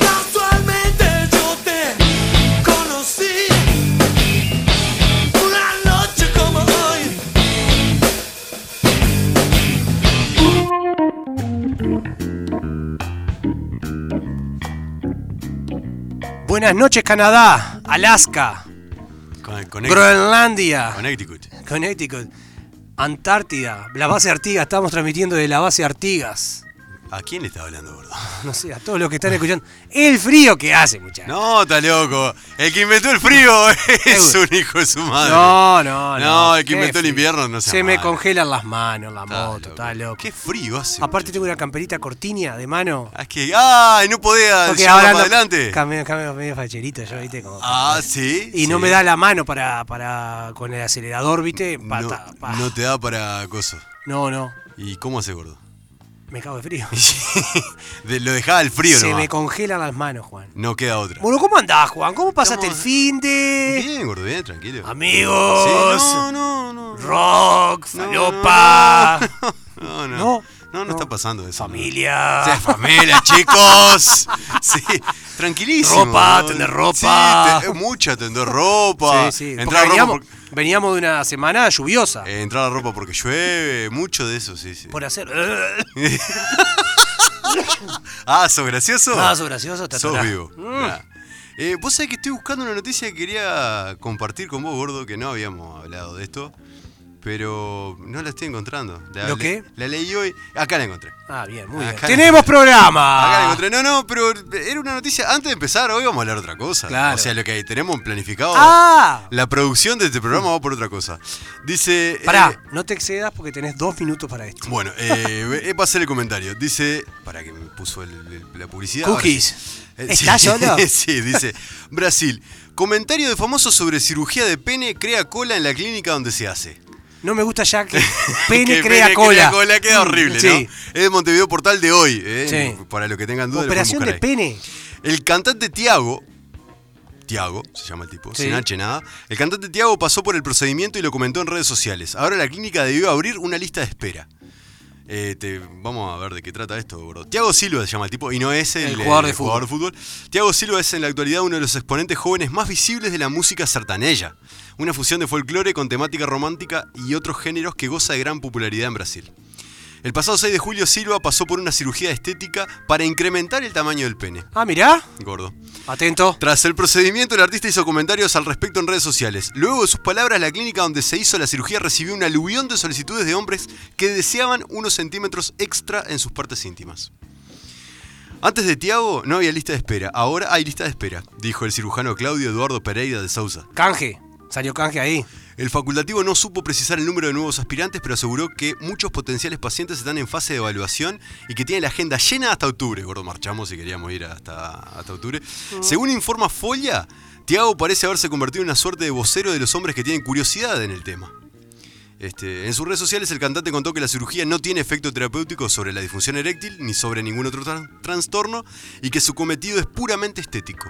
Casualmente yo te conocí una noche como hoy. Buenas noches Canadá, Alaska, Con, con- Groenlandia, Connecticut. Connecticut, Antártida, la base Artigas, estamos transmitiendo de la base Artigas. ¿A quién le está hablando, gordo? No sé, a todos los que están escuchando, el frío que hace muchachos. Ah. No, está loco. El que inventó el frío es un hijo de su madre. No, no, no. No, el que Qué inventó el frío. invierno no sea Se me malo. congelan las manos, la Está moto, está loco. Qué frío hace. Aparte tengo una camperita cortina de mano. muchacho. Es que. ¡Ay, no podía! Porque llevarla ahora para ando- adelante! Cambio, cambio medio facherito yo, viste, como... Ah, sí. y no sí. me da la mano para, para con el acelerador, viste, pa, No, ta, pa. no te da para coso. no, no, ¿Y cómo hace, gordo? me cago de frío. De- lo dejaba al frío, Se ¿no? me congelan las manos, Juan. No queda otra. Bueno, ¿cómo andás, Juan? ¿Cómo pasaste Estamos- el fin de...? Bien, gordo, bien, tranquilo. Amigos, Sí, no, no, no. rock, No, falopa, No, no. No, No, no, está pasando eso. no. familia, O sea, familia, chicos. Sí, tranquilísimo. Ropa, ¿no? tender ropa. Sí, te- mucha tender ropa. Sí, sí, porque Entrar, ropa veníamos, por- veníamos de una semana lluviosa eh, entrar la ropa porque llueve, mucho de eso, sí, sí. por hacer... Ah, ¿sos gracioso? Ah, sos gracioso, te Mm. Sos atorás. vivo. Nah. Eh, Vos sabés que estoy buscando una noticia que quería compartir con vos, gordo, que no habíamos hablado de esto. Pero no la estoy encontrando. La, ¿Lo le- qué? La leí hoy. Acá la encontré. Ah, bien, muy bien. Acá- ¡Tenemos Acá la programa! encontré. No, no, pero era una noticia. Antes de empezar, hoy vamos a hablar de otra cosa. Claro. O sea, lo que tenemos planificado. ¡Ah! La producción de este programa va por otra cosa. Dice. Pará, eh, no te excedas porque tenés dos minutos para esto. bueno, eh, eh, va a ser el comentario. Dice. Para que me puso el- el- la publicidad. ahora Cookies. sí. Eh, ¿Estás sí, solo? sí, dice. Brasil. Comentario de famoso sobre cirugía de pene crea cola en la clínica donde se hace. No me gusta ya que pene Que crea pene cola. cola queda Mm, horrible, sí. ¿no? Es de Montevideo Portal de hoy. eh, Sí. Para los que tengan dudas. lo pueden Operación de buscar ahí. pene. El cantante Tiago. Tiago, se llama el tipo, Sí. sin H nada. El cantante Tiago pasó por el procedimiento y lo comentó en redes sociales. Ahora la clínica debió abrir una lista de espera. Eh, te- vamos a ver de qué trata esto, gordo. Tiago Silva se llama el tipo y no es el, El jugador de eh, Tiago Silva es en la actualidad uno de los exponentes jóvenes más visibles de la música sartanella. Una fusión de folclore con temática romántica y otros géneros que goza de gran popularidad en Brasil. El pasado 6 de julio Silva pasó por una cirugía estética para incrementar el tamaño del pene. Ah, mirá. Gordo. Atento. Tras el procedimiento, el artista hizo comentarios al respecto en redes sociales. Luego de sus palabras, la clínica donde se hizo la cirugía recibió un aluvión de solicitudes de hombres que deseaban unos centímetros extra en sus partes íntimas. Antes de Tiago no había lista de espera, ahora hay lista de espera, dijo el cirujano Claudio Eduardo Pereira de Sousa. Canje. Salió canje ahí. El facultativo no supo precisar el número de nuevos aspirantes, pero aseguró que muchos potenciales pacientes están en fase de evaluación y que tienen la agenda llena hasta octubre. Gordo, marchamos si queríamos ir hasta, hasta octubre. Mm. Según informa Folia, Tiago parece haberse convertido en una suerte de vocero de los hombres que tienen curiosidad en el tema. Este, en sus redes sociales el cantante contó que la cirugía no tiene efecto terapéutico sobre la disfunción eréctil ni sobre ningún otro tran- trastorno y que su cometido es puramente estético.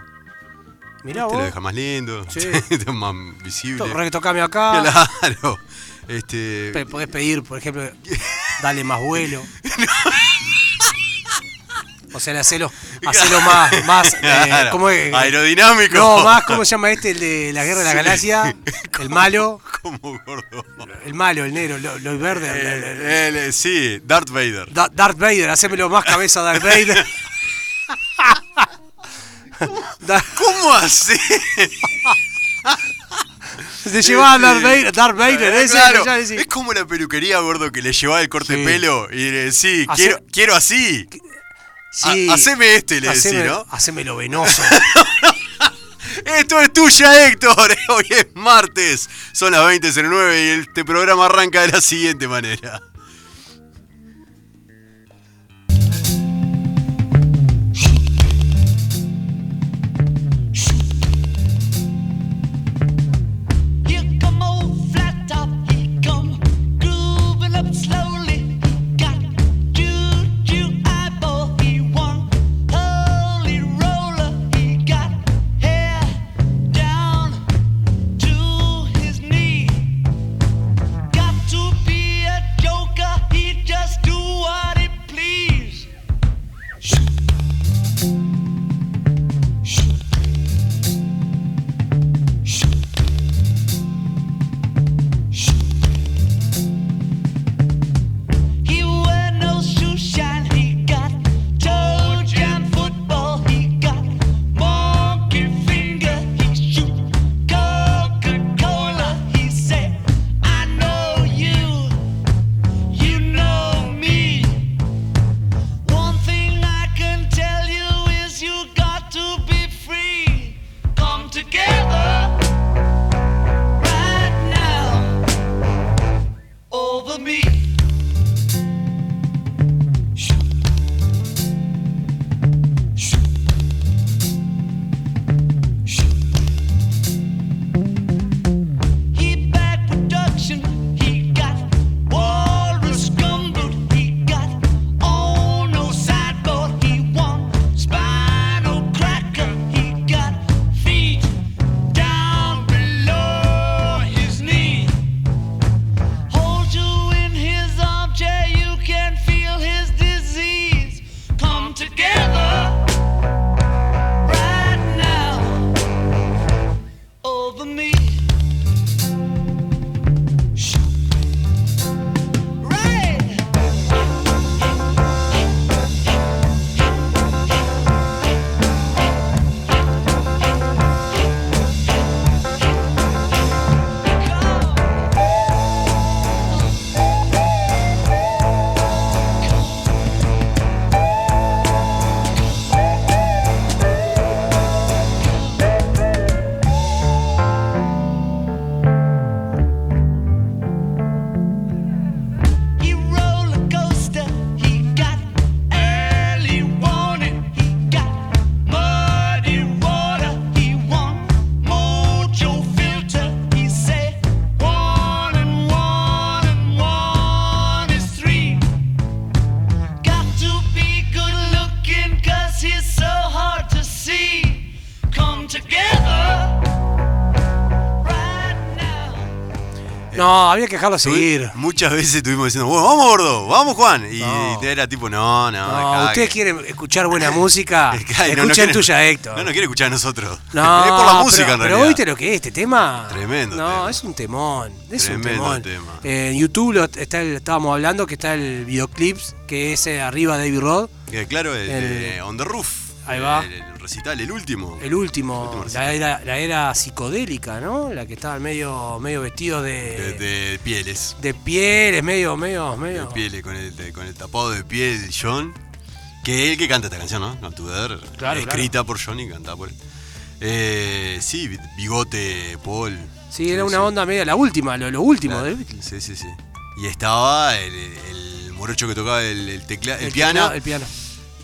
Mirá Te Este lo vos. deja más lindo, Sí. te deja más visible. To- Correcto, tocame acá. Claro. Este. Ah. Pe- Podés pedir, por ejemplo, dale más vuelo. O sea, hacelo, hacelo más, más, eh, Claro, ¿cómo es? Aerodinámico. No, más, ¿cómo se llama este? El de la Guerra de la Galaxia. El malo, Como gordo. el malo, el negro, lo, lo verde. el- el- Eh, él, eh, sí, Darth Vader. Da- Darth Vader, hacémelo más cabeza Darth Vader. Da- ¿Cómo así? Te llevaba a Darth Vader, Darth Vader, Eh, ese, claro, ya decís, Es como la peluquería, gordo, que le llevaba el corte Sí. de pelo y le decís, Hace- quiero, quiero así. sí, ha- haceme este, le decís, haceme- ¿no? Hacémelo venoso. Esto es tuya, Héctor. Hoy es martes. Son las 20.09 y este programa arranca de la siguiente manera. Here come old flat top, he come grooving up slowly. Got juju eyeball, he one holy roller. He got hair No, había que dejarlo Tuvi- seguir. Muchas veces estuvimos diciendo, bueno, vamos gordo, vamos Juan. Y, No. y era tipo, no, no. No, dejá ustedes que- quieren escuchar buena música. dejá, no, no Escuchen quiere- tuya, Héctor. No, no quiere escuchar a nosotros. No, es por la música pero, en pero realidad. ¿oíste lo que es este tema? Tremendo No, tema. es un temón. Es Tremendo un temón. tema. Eh, en YouTube lo, está el- estábamos hablando que está el videoclip, que es eh, arriba de David Rod, Que, claro, el, El- eh, On the Roof. Ahí va. El, el recital, el último. el último, último la era, la era psicodélica, ¿no? La que estaban medio, medio vestidos de, de, de pieles. de pieles, medio, medio, medio. De pieles, con el, de- con el tapado de piel John. Que es el que canta esta canción, ¿no? No to Dare, Claro, Escrita por John y cantada por él. Eh, sí, bi- bigote, Paul. Sí, era Sí, una sí. onda media, la última, lo, lo último de Beatles. Sí, sí, sí. Y estaba el, el morocho que tocaba el, el tecla- el, piano, teclado, El piano.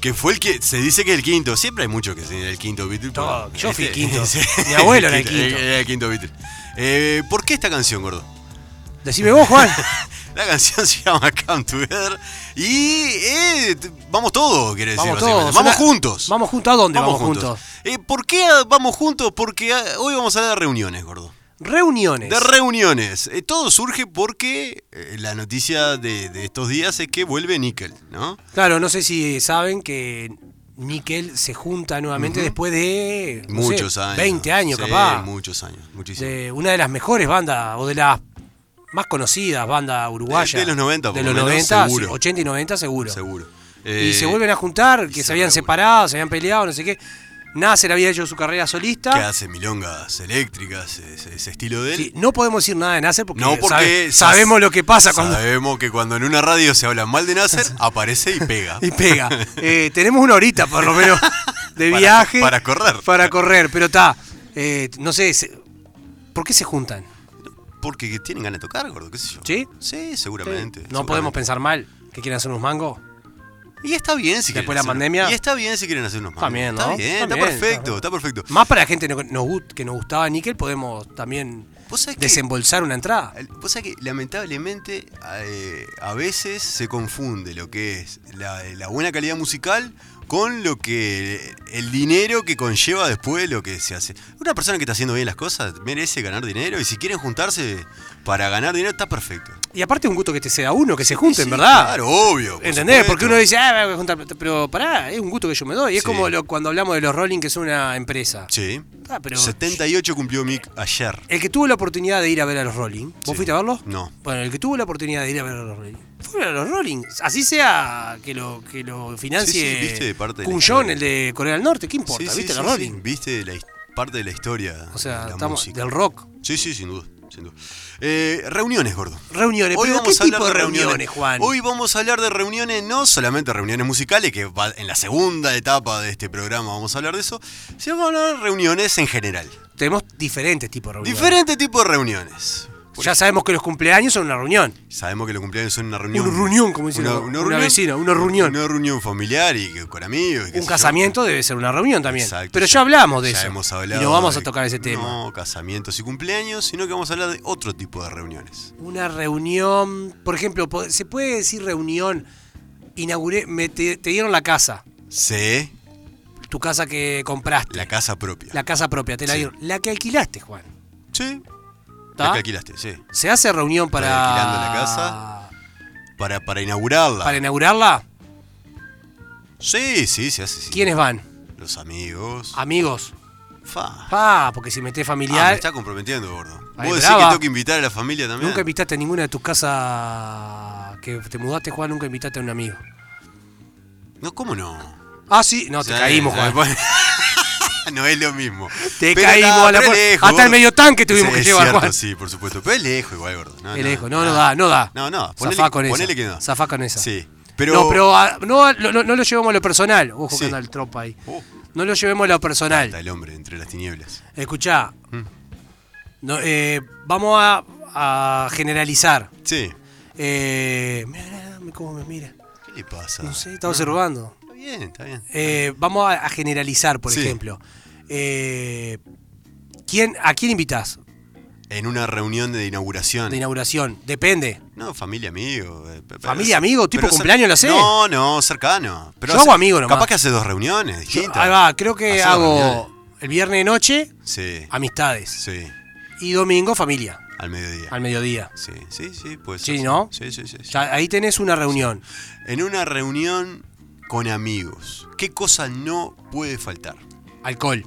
que fue el que se dice que es el quinto. Siempre hay muchos que dicen el quinto Beatle. pero Todo, yo fui este- quinto. sí, Mi abuelo era el quinto. Era el quinto Beatle. Eh, ¿Por qué esta canción, gordo? Decime vos, Juan. La canción se llama Come Together y eh, t- vamos todos, quiere decir. Vamos básicamente. todos. Vamos Una- juntos. ¿Vamos juntos a dónde vamos, juntos? Eh, ¿Por qué ah, vamos juntos? Porque ah, hoy vamos a hablar de reuniones, gordo. Reuniones. De reuniones. Eh, todo surge porque eh, la noticia de, de estos días es que vuelve Nickel, ¿no? Claro, no sé si saben que Nickel se junta nuevamente después de no Muchos sé, años. 20 años, Sí, capaz. Muchos años, muchísimo. De una de las mejores bandas o de las más conocidas bandas uruguayas. de los 90 por De lo los menos, 90, sí, seguro. 80 y 90 seguro. Seguro. Y Eh, se vuelven a juntar, y que se se habían reúnen. separado, se habían peleado, no sé qué. Nasser había hecho su carrera solista. Que hace milongas eléctricas, ese, ese estilo de él. Sí, no podemos decir nada de Nasser porque, No, porque sabe- sabemos lo que pasa cuando Sabemos que cuando en una radio se habla mal de Nasser, aparece y pega. y pega. Eh, tenemos una horita por lo menos de Para- viaje. para correr. Para correr, pero está. eh, no sé, se- ¿por qué se juntan? Porque tienen ganas de tocar, gordo, qué sé yo. ¿Sí? Sí, No seguramente. podemos seguramente. pensar mal que quieren hacer unos mangos. Y está bien si Después quieren hacer la unos- pandemia. Y está bien si quieren hacer unos mangos. También, ¿no? Está bien, está, También, perfecto, está perfecto. Más para la gente no- nos gust- que nos gustaba Nickel, podemos también ¿Vos sabés que- Eh, desembolsar una entrada. Cosa que lamentablemente eh, a veces se confunde lo que es la, la buena calidad musical con lo que el dinero que conlleva después lo que se hace. Una persona que está haciendo bien las cosas merece ganar dinero y si quieren juntarse para ganar dinero está perfecto. Y aparte un gusto que te sea uno, que se junten, Sí, ¿verdad? Claro, obvio. por ¿Entendés? supuesto. Porque uno dice, ah, me voy a juntar, pero pará, es un gusto que yo me doy. Es Sí. como lo- cuando hablamos de los Rolling, que es una empresa. Sí. Ah, pero- 78 cumplió Mick ayer. El que tuvo la oportunidad de ir a ver a los Rolling, ¿vos Sí. Mm. fuiste a verlos? No. Bueno, el que tuvo la oportunidad de ir a ver a los Rolling, fue a ver a los Rolling. Así sea que lo, que lo financie Sí, sí, viste, de parte de la Kun historia. Jong, el de Corea del Norte, ¿qué importa? Sí, sí, ¿Viste sí, los sí. Rolling? Viste la his- parte de la historia. O sea, de la estamos música. del rock. Sí, sí, sin duda. Sin duda. Eh, reuniones, gordo. Reuniones, pero ¿qué tipo de reuniones, Juan? Hoy vamos a hablar de reuniones, no solamente reuniones musicales, que va en la segunda etapa de este programa vamos a hablar de eso, sino vamos a hablar de reuniones en general. Tenemos diferentes tipos de reuniones. Diferente tipo de reuniones. Por Ya sabemos que los cumpleaños son una reunión. Sabemos que los cumpleaños son una reunión. Una reunión, como dicen los- una vecina, una reunión. Una reunión familiar y que- con amigos. y qué Un sé yo. casamiento debe ser una reunión también. Exacto, pero ya hablamos de ya eso. hemos hablado y no vamos a de- tocar ese tema. No, casamientos y cumpleaños, sino que vamos a hablar de otro tipo de reuniones. Una reunión, por ejemplo, po- ¿se puede decir reunión? Inauguré, me, te, te dieron la casa, Sí, tu casa que compraste, la casa propia. la casa propia, te la Sí. dieron, la que alquilaste, Juan. Sí, la ¿tá? que alquilaste, sí. ¿Se hace reunión para. Alquilando la casa. Para, para inaugurarla. Para inaugurarla, Sí, sí, se hace. sí. ¿quiénes van? Los amigos. Amigos. Fa. Ah, porque si metés Ah, me Ah, familiar. está comprometiendo, gordo. Ahí, Vos decís que brava. tengo que invitar a la familia también. nunca invitaste a ninguna de tus casas que te mudaste, Juan, nunca invitaste a un amigo. No, ¿cómo no? Ah, sí, no, te Ya, caímos, ya, Juan. bueno. No es lo mismo. Te Pero caímos está, a la pero es puerta. lejos, Hasta gordo. el medio tanque tuvimos Sí, que es llevar, cierto, Juan. Sí, por supuesto. Pero es lejos igual, gordo. No, El eco. No, no da, no da. No, no. Ponele, Zafá con ponele esa. que no. Zafá con esa. Sí. Pero. No, pero ah, no, lo- no- no lo llevemos a lo personal. Ojo Sí. que anda el tropa ahí. Oh, No lo llevemos a lo está personal. el hombre entre las tinieblas. Escuchá. Mm. No, eh, vamos a, a generalizar. Sí. Eh, mira, mira cómo me mira. ¿Qué le pasa? No sé, está observando. Está bien, está bien. Eh, vamos a, a generalizar, por Sí. ejemplo. Eh, ¿quién, ¿A quién invitas En una reunión de inauguración. de inauguración? Depende. No, familia, amigo. eh, pe- pe- Familia, amigo, tipo pero cer- cumpleaños lo hace. No, no, cercano. Pero Yo hace- hago amigo nomás. Capaz que hace dos reuniones Yo- distintas. ahí va, creo que Hace dos hago reuniones. el viernes de noche, Sí. amistades. Sí. Y domingo, familia. al mediodía. al mediodía. Sí, sí, sí, pues. Sí, ¿no? Sí, sí, sí. sí. Ya, ahí tenés una reunión. En una reunión con amigos, ¿qué cosa no puede faltar? Alcohol.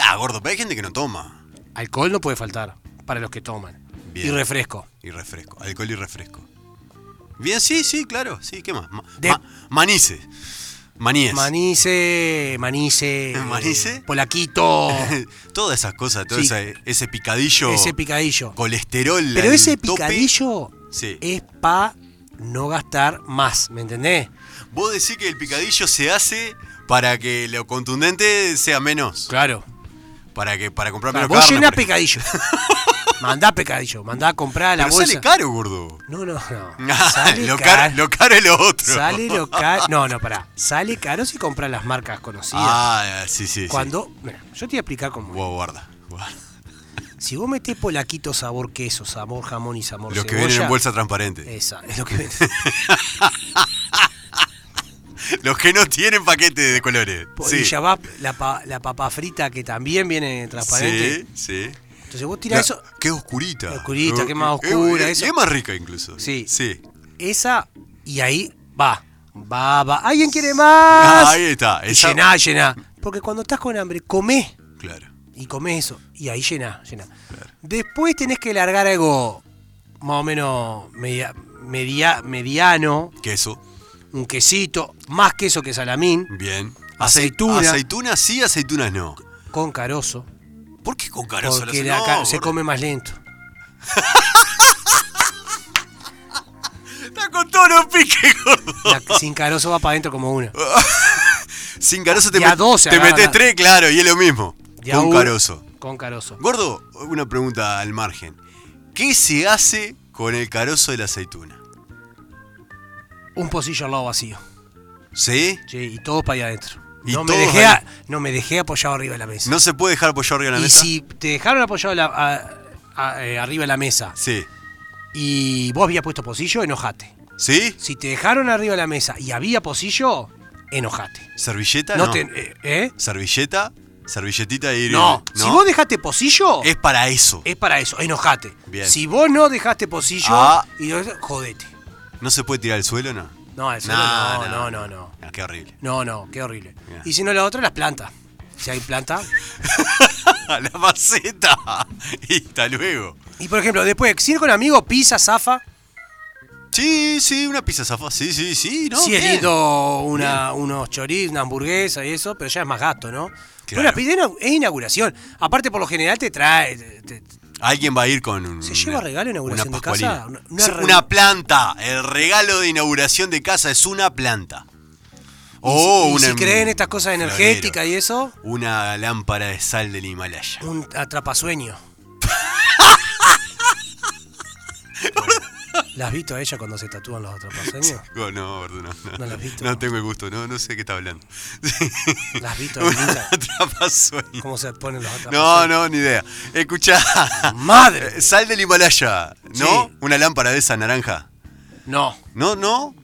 Ah, gordo, pero hay gente que no toma. Alcohol no puede faltar para los que toman. Bien. Y refresco. Y refresco, alcohol y refresco. Bien, sí, sí, claro, sí, ¿qué más? Ma- De- ma- manice. Maníes. Manice, manice. ¿Manice? eh, Polaquito. Todas esas cosas, todo Sí. ese, ese picadillo. ese picadillo. Colesterol. Pero al ese tope. picadillo Sí. es para no gastar más, ¿me entendés? Vos decís que el picadillo se hace para que lo contundente sea menos. Claro. Para que para comprar Claro, menos vos carne, llenás por ejemplo. picadillo. mandá picadillo, mandá a comprar a la Pero bolsa. sale caro, gordo. No, no, no. Ah, Sale lo, caro. caro, lo caro es lo otro. Sale lo caro. No, no, pará. Sale caro si compras las marcas conocidas. Ah, sí, sí. sí. Cuando. Mira, yo te voy a explicar cómo. es. Guau, guarda. guarda. Si vos metés polaquito sabor queso, sabor jamón y sabor Los que cebolla, Eh. vienen en bolsa transparente. Esa, es lo que viene. Los que no tienen paquete de colores. Y Sí. ya va la, pa- la papa frita que también viene transparente. Sí, sí. Entonces vos tirás La- eso. Qué oscurita. Oscurita, Eh, qué más eh, oscura, eh, eso. Y es más rica incluso. Sí. Sí. Esa y ahí va. Va, va. ¿Alguien quiere más? Ah, Ahí está. Ah, Y esa- llená, llená. Porque cuando estás con hambre, comé. Claro. Y comés eso. Y ahí llená, llená. Después tenés que largar algo más o menos media- media- mediano. Queso. Un quesito. Más queso que salamín. Bien. Aceituna. Aceitunas sí, aceitunas no. Con carozo. ¿Por qué con carozo Porque las- la ca- Ah, no, se gordo. come más lento. Está con todos los piques, gordo. La- sin carozo va para adentro como una. Sin carozo te, De a met- dos se te agarra. metes tres, claro, y es lo mismo. De a con un- carozo. Con carozo. Gordo, una pregunta al margen. ¿Qué se hace con el carozo de la aceituna? Un pocillo al lado vacío. ¿Sí? Sí, y todo para allá adentro. Y No me, todos dejé ahí. a- no me dejé apoyado arriba de la mesa. ¿No se puede dejar apoyado arriba de la y mesa? si te dejaron apoyado la- a- a- eh, arriba de la mesa Sí. y vos habías puesto pocillo, enojate. ¿Sí? Si te dejaron arriba de la mesa y había pocillo, enojate. ¿Servilleta? No No. te- eh, ¿eh? ¿Servilleta? ¿Servilletita y No. Si vos dejaste pocillo, Es es, para eso. para eso, enojate. Bien. Si vos no dejaste pocillo, Ah. y lo- jodete. ¿No se puede tirar al suelo, no? No, eso No, no. no, no, no, no. Ah, qué horrible. No, no, qué horrible. Bien. Y si no, la otra, las plantas. Si hay planta. la maceta. y hasta luego. Y por ejemplo, después, si ir con amigos, pizza, zafa. Sí, sí, una pizza zafa. Sí, sí, sí, ¿no? sí, es bien. lindo una, unos chorizos, una hamburguesa y eso, pero ya es más gasto, ¿no? Claro. Pero la pizza ina- es inauguración. Aparte, por lo general te trae. te- te- Alguien va a ir con un. ¿Se lleva regalo en inauguración de pascualina. casa? Una- una Sí, Una, re- planta. El regalo de inauguración de casa es una planta. O y una. si creen estas cosas em- florero. energéticas y eso, Una lámpara de sal del Himalaya. un atrapasueño. ¿Las has visto a ella cuando se tatúan los atrapasueños? Oh, no, gordo, no, no. No la has visto. No tengo el gusto, no, no sé qué está hablando. ¿Las has visto? Anita? Atrapasueño. ¿Cómo se ponen los No, atrapasueños? no, ni idea. Escuchá. ¡Madre! Sal del Himalaya, ¿no? Sí. Una lámpara de esa naranja. No, No, no.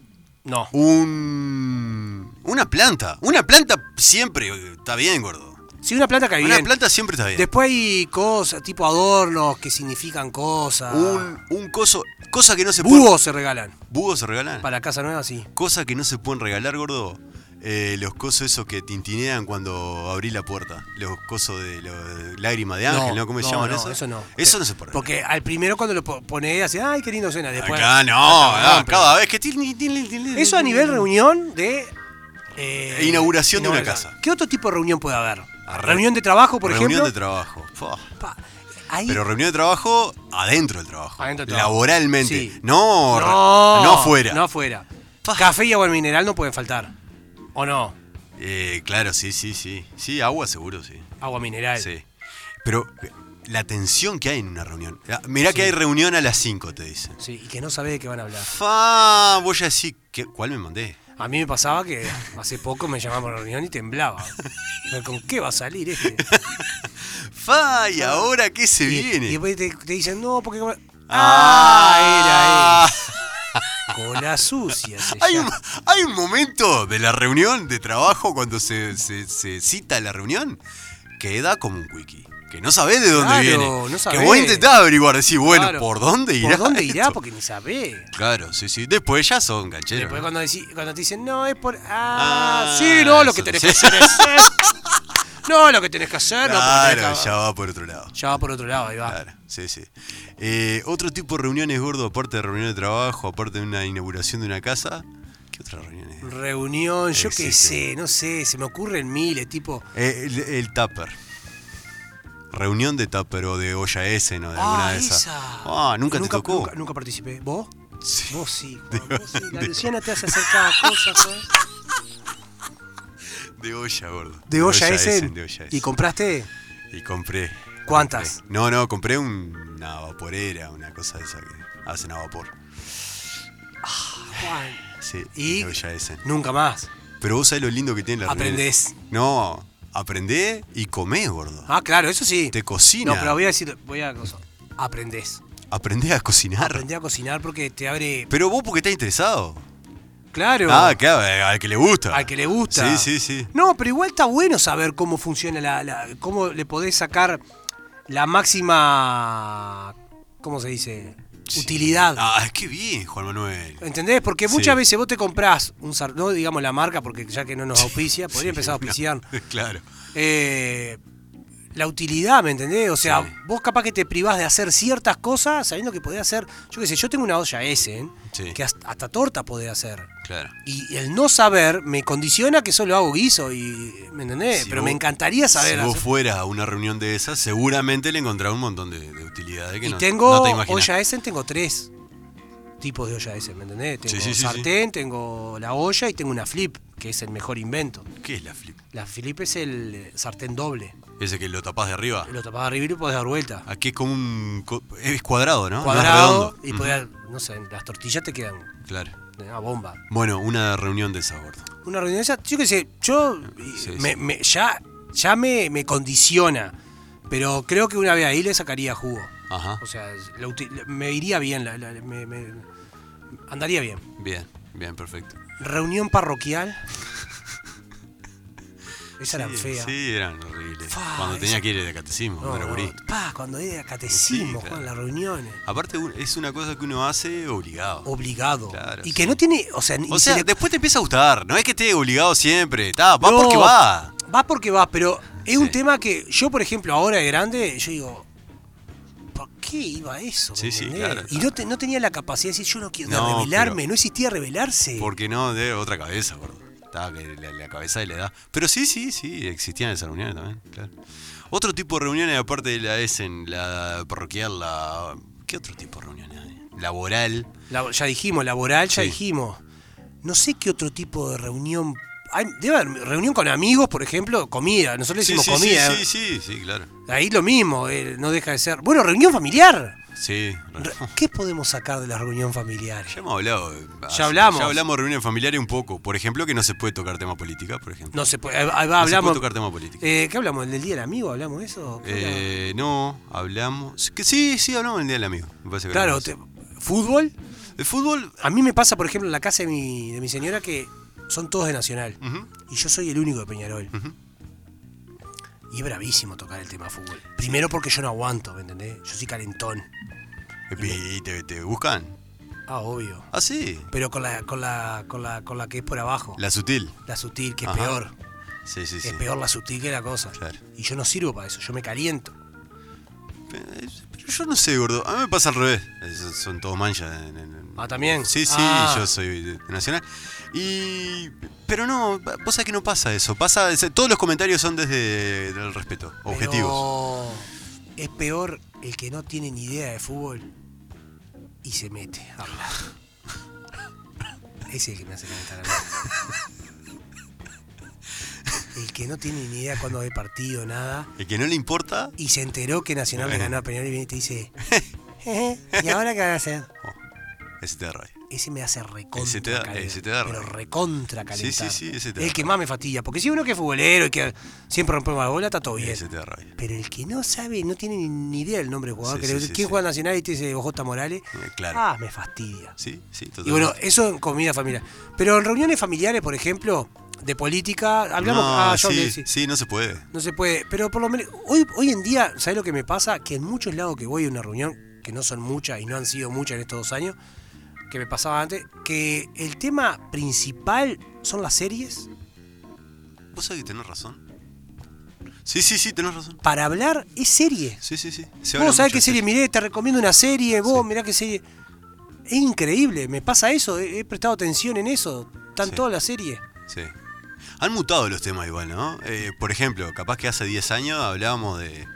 no. Un. Una planta. Una planta siempre eh, está bien, gordo. Sí, una planta que Una bien. planta siempre está bien. Después hay cosas, tipo adornos que significan cosas. un, un coso. Cosa que no se Búhos se regalan. pueden. ¿Búhos se regalan? Para casa nueva, sí. Cosa que no se pueden regalar, gordo. eh, los cosos esos que tintinean cuando abrí la puerta. Los cosos de, los de lágrima de ángel, ¿no? ¿Cómo se llaman no, eso? Eso no. Eh, Eso no se puede regalar. Porque al primero cuando lo po- pones, así, ay, qué lindo suena. Después, Acá no, Ah, ah, pero- cada vez que tin- tin- tin- Eso a nivel reunión de. eh, Inauguración de una casa. ¿Qué otro tipo de reunión puede haber? Arre. Reunión de trabajo, por reunión ejemplo. de trabajo. Fua. Pa, ahí, Pero reunión de trabajo adentro del trabajo. Adentro del trabajo. Laboralmente. Sí. No, re- no, no afuera. No afuera. Pa. Café y agua mineral no pueden faltar. ¿O no? Eh, claro, sí, sí, sí. Sí, agua seguro, sí. Agua mineral. Sí. Pero eh, la tensión que hay en una reunión. Ah, Mirá que hay reunión a las 5, te dicen. Sí, y que no sabe de qué van a hablar. Fa, voy a decir, ¿qué- ¿cuál me mandé? A mí me pasaba que hace poco me llamaban por la reunión y temblaba. Pero, ¿Con qué va a salir este? Fa, ¿y ahora qué se Ah. Y, viene? y después te, te dicen, no, porque. Ah, ¡Ah! Era él. Cola Ah, sucia. se Hay un, llama. hay un momento de la reunión de trabajo cuando se, se- se cita la reunión queda como un wiki. Que no sabés de dónde Claro, viene. no Que vos sabés. intentás averiguar, decís, bueno, Claro. ¿por dónde irá? ¿Por dónde irá? esto? Porque ni sabés. Claro, sí, sí. Después ya son gancheros. Después ¿no? cuando, decí- cuando te dicen, no, es por... Ah, Ah, sí, no, lo que eso, tenés sí. que hacer es esto. No, lo que tenés que hacer, no, porque Claro, tenés que- ya va por otro lado. ya va por otro lado, ahí va. Claro, sí, sí. Eh, otro tipo de reuniones, gordo, aparte de reunión de trabajo, aparte de una inauguración de una casa. ¿Qué otras reuniones? Reunión, yo qué Existe. sé, no sé, se me ocurren miles, tipo... Eh, el, el tupper. Reunión de tupper o de olla Essen o de alguna Ah, de esas. esa. Ah, nunca, te tocó. Nunca, nunca participé. ¿Vos? Sí. Vos sí, Juan, vos sí. La Luciana te hace hacer cada cosa, Juan. De olla, gordo. De olla ese. de olla Essen. ¿Y compraste? Y compré. ¿Cuántas? compré. No, no, compré un- una vaporera, una cosa de esa que hacen a vapor. Juan. Sí, Y- de olla Essen. Nunca más. Pero vos sabés lo lindo que tiene la reunión. Aprendés. No, aprendé y comé, gordo. Ah, claro, eso sí. Te cocina. No, pero voy a decir, voy a aprendés. Aprendés a cocinar. Aprendés a cocinar porque te abre. Pero vos porque estás interesado. Claro. Ah, claro, eh, al que le gusta. Al que le gusta. Sí, sí, sí. No, pero igual está bueno saber cómo funciona la, la- cómo le podés sacar la máxima ¿cómo se dice? utilidad. Ah, qué bien, Juan Manuel. ¿Entendés? Porque Sí. muchas veces vos te comprás un sartén, no digamos la marca, porque ya que no nos auspicia, podría empezar a auspiciar. claro. Eh, la utilidad, ¿me entendés? O sea, Sí. vos capaz que te privás de hacer ciertas cosas sabiendo que podés hacer. Yo qué sé, yo tengo una olla Essen Sí. que hasta, hasta torta podés hacer. Claro. Y el no saber me condiciona que solo hago guiso y. ¿Me entendés? Si Pero vos- me encantaría saber. si vos hacer- fueras a una reunión de esas, seguramente le encontrás un montón de, de utilidades que Y no, tengo no te imaginas. olla Essen, tengo tres tipos de olla Essen, ¿me entendés? Sí, Tengo sí, sí, sí. sartén, tengo la olla y tengo una flip, que es el mejor invento. ¿Qué es la flip? La flip es el eh, sartén doble. Ese que lo tapás de arriba. Lo tapás arriba y lo podés dar vuelta. Aquí es como un. co- Es cuadrado, Ah, ¿no? No es cuadrado redondo. y Ujú, podías, no sé, las tortillas te quedan Claro. de una bomba. Bueno, una reunión de esas, gordo. Una reunión de esas, yo qué sé, yo y Sí, me, sí. me- ya, ya me, me condiciona, pero creo que una vez ahí le sacaría jugo. Ajá. O sea, la uti- la- me iría bien, la- la- me- me- andaría bien. Bien, bien, perfecto. Reunión parroquial. Esa era Sí, fea. Sí, eran horribles. Fa, Cuando tenía esa- que ir de catecismo, No, cuando era no, gurí. pa, cuando era catecismo, Sí, Juan, claro. las reuniones. Aparte, un- es una cosa que uno hace obligado. Obligado. Claro, y que sí. no tiene, o sea, ni o se sea, le- después te empieza a gustar. No es que esté obligado siempre. Está, va No, porque va. Va porque va, pero es Sí. un tema que yo, por ejemplo, ahora de grande, yo digo, ¿por qué iba a eso? Sí, sí, ¿Entendés? claro, Y claro. no, te- no tenía la capacidad de decir, yo no quiero de No, rebelarme, pero- no existía rebelarse. Porque no de otra cabeza, gordo. Está, que la, la cabeza de la edad. Pero sí, sí, sí, existían esas reuniones también, claro. Otro tipo de reuniones, aparte de la ESEN, la parroquial, la. ¿Qué otro tipo de reuniones hay? Laboral. La- ya dijimos, laboral, ya Sí. dijimos. No sé qué otro tipo de reunión. Hay, debe haber reunión con amigos, por ejemplo, comida. Nosotros Sí, decimos sí, comida. sí, sí, sí, sí, claro. Ahí lo mismo, eh, no deja de ser. Bueno, reunión familiar. Sí, Re- re- ¿Qué podemos sacar de la reunión familiar? Ya hemos hablado. de- hace- hablamos. Ya hablamos de reuniones familiares un poco. Por ejemplo, que no se puede tocar tema política, por ejemplo. No se puede. ahí va- ahí va, No se hablamos. puede tocar tema política. Eh, ¿Qué hablamos? ¿El del día del amigo? ¿Hablamos de eso? ¿Qué hablamos? Eh, no, hablamos. Que sí, sí, hablamos el día del amigo. me parece que Claro, hablamos. te- fútbol. El fútbol. A mí me pasa, por ejemplo, en la casa de mi, de mi señora que son todos de Nacional. Ujú. Y yo soy el único de Peñarol. Y es bravísimo tocar el tema fútbol. Primero porque yo no aguanto, ¿me entendés? Yo soy calentón. Y te, te buscan. Ah, obvio. Ah, sí. Pero con la, con la, con la, con la que es por abajo. La, La sutil. sutil, que es Ajá. peor. Sí, sí, sí. Es peor la sutil que la cosa. Claro. Y yo no sirvo para eso, yo me caliento. Eh, Pero yo no sé, gordo. A mí me pasa al revés. Eh, son- Son todos manchas. en- en- Ah, ¿también? Sí, sí, Ah. yo soy de de Nacional. Y. Pero no, vos sabés que no pasa eso. Pasa, es- todos los comentarios son desde el respeto, objetivos. Pero es peor el que no tiene ni idea de fútbol y se mete a hablar. Ese es el que me hace calentar a mí. El que no tiene ni idea cuándo hay partido, nada, El que no le importa. y se enteró que Nacional le Bueno. ganó a Peñarol y viene y te dice, "Eh, ¿y ahora qué van a hacer? oh, es de Roy. ese me hace recontra. Ese te da- calentar, ese te da Pero re- recontra calentar. sí, ese te da El que más me fatiga. Porque si uno que es futbolero y que siempre rompe la bola, está todo bien. Ese te da rabia. Pero el que no sabe, no tiene ni- ni idea del nombre del jugador. Sí, que sí, le- sí, ¿Quién sí. juega en Nacional y te dice Ojota Morales? Eh, claro. Ah, me fastidia. Sí, sí, totalmente. Y bueno, eso en comida familiar. Pero en reuniones familiares, por ejemplo, de política, hablamos. No, ah, yo hablé, sí, sí. sí, no se puede. No se puede. Pero por lo menos, hoy, hoy en día, ¿sabes lo que me pasa? Que en muchos lados que voy a una reunión, que no son muchas y no han sido muchas en estos dos años, que me pasaba antes, que el tema principal son las series. Vos sabés que tenés razón. Sí, sí, sí, tenés razón. Para hablar es serie. Sí, sí, sí. Se habla Vos sabés mucho qué de serie eso. miré, te recomiendo una serie, vos mirá qué serie. Es increíble, me pasa eso, he, he prestado atención en eso. Están Sí. todas las series. Sí. Han mutado los temas igual, ¿no? Eh, por ejemplo, capaz que hace 10 años hablábamos de,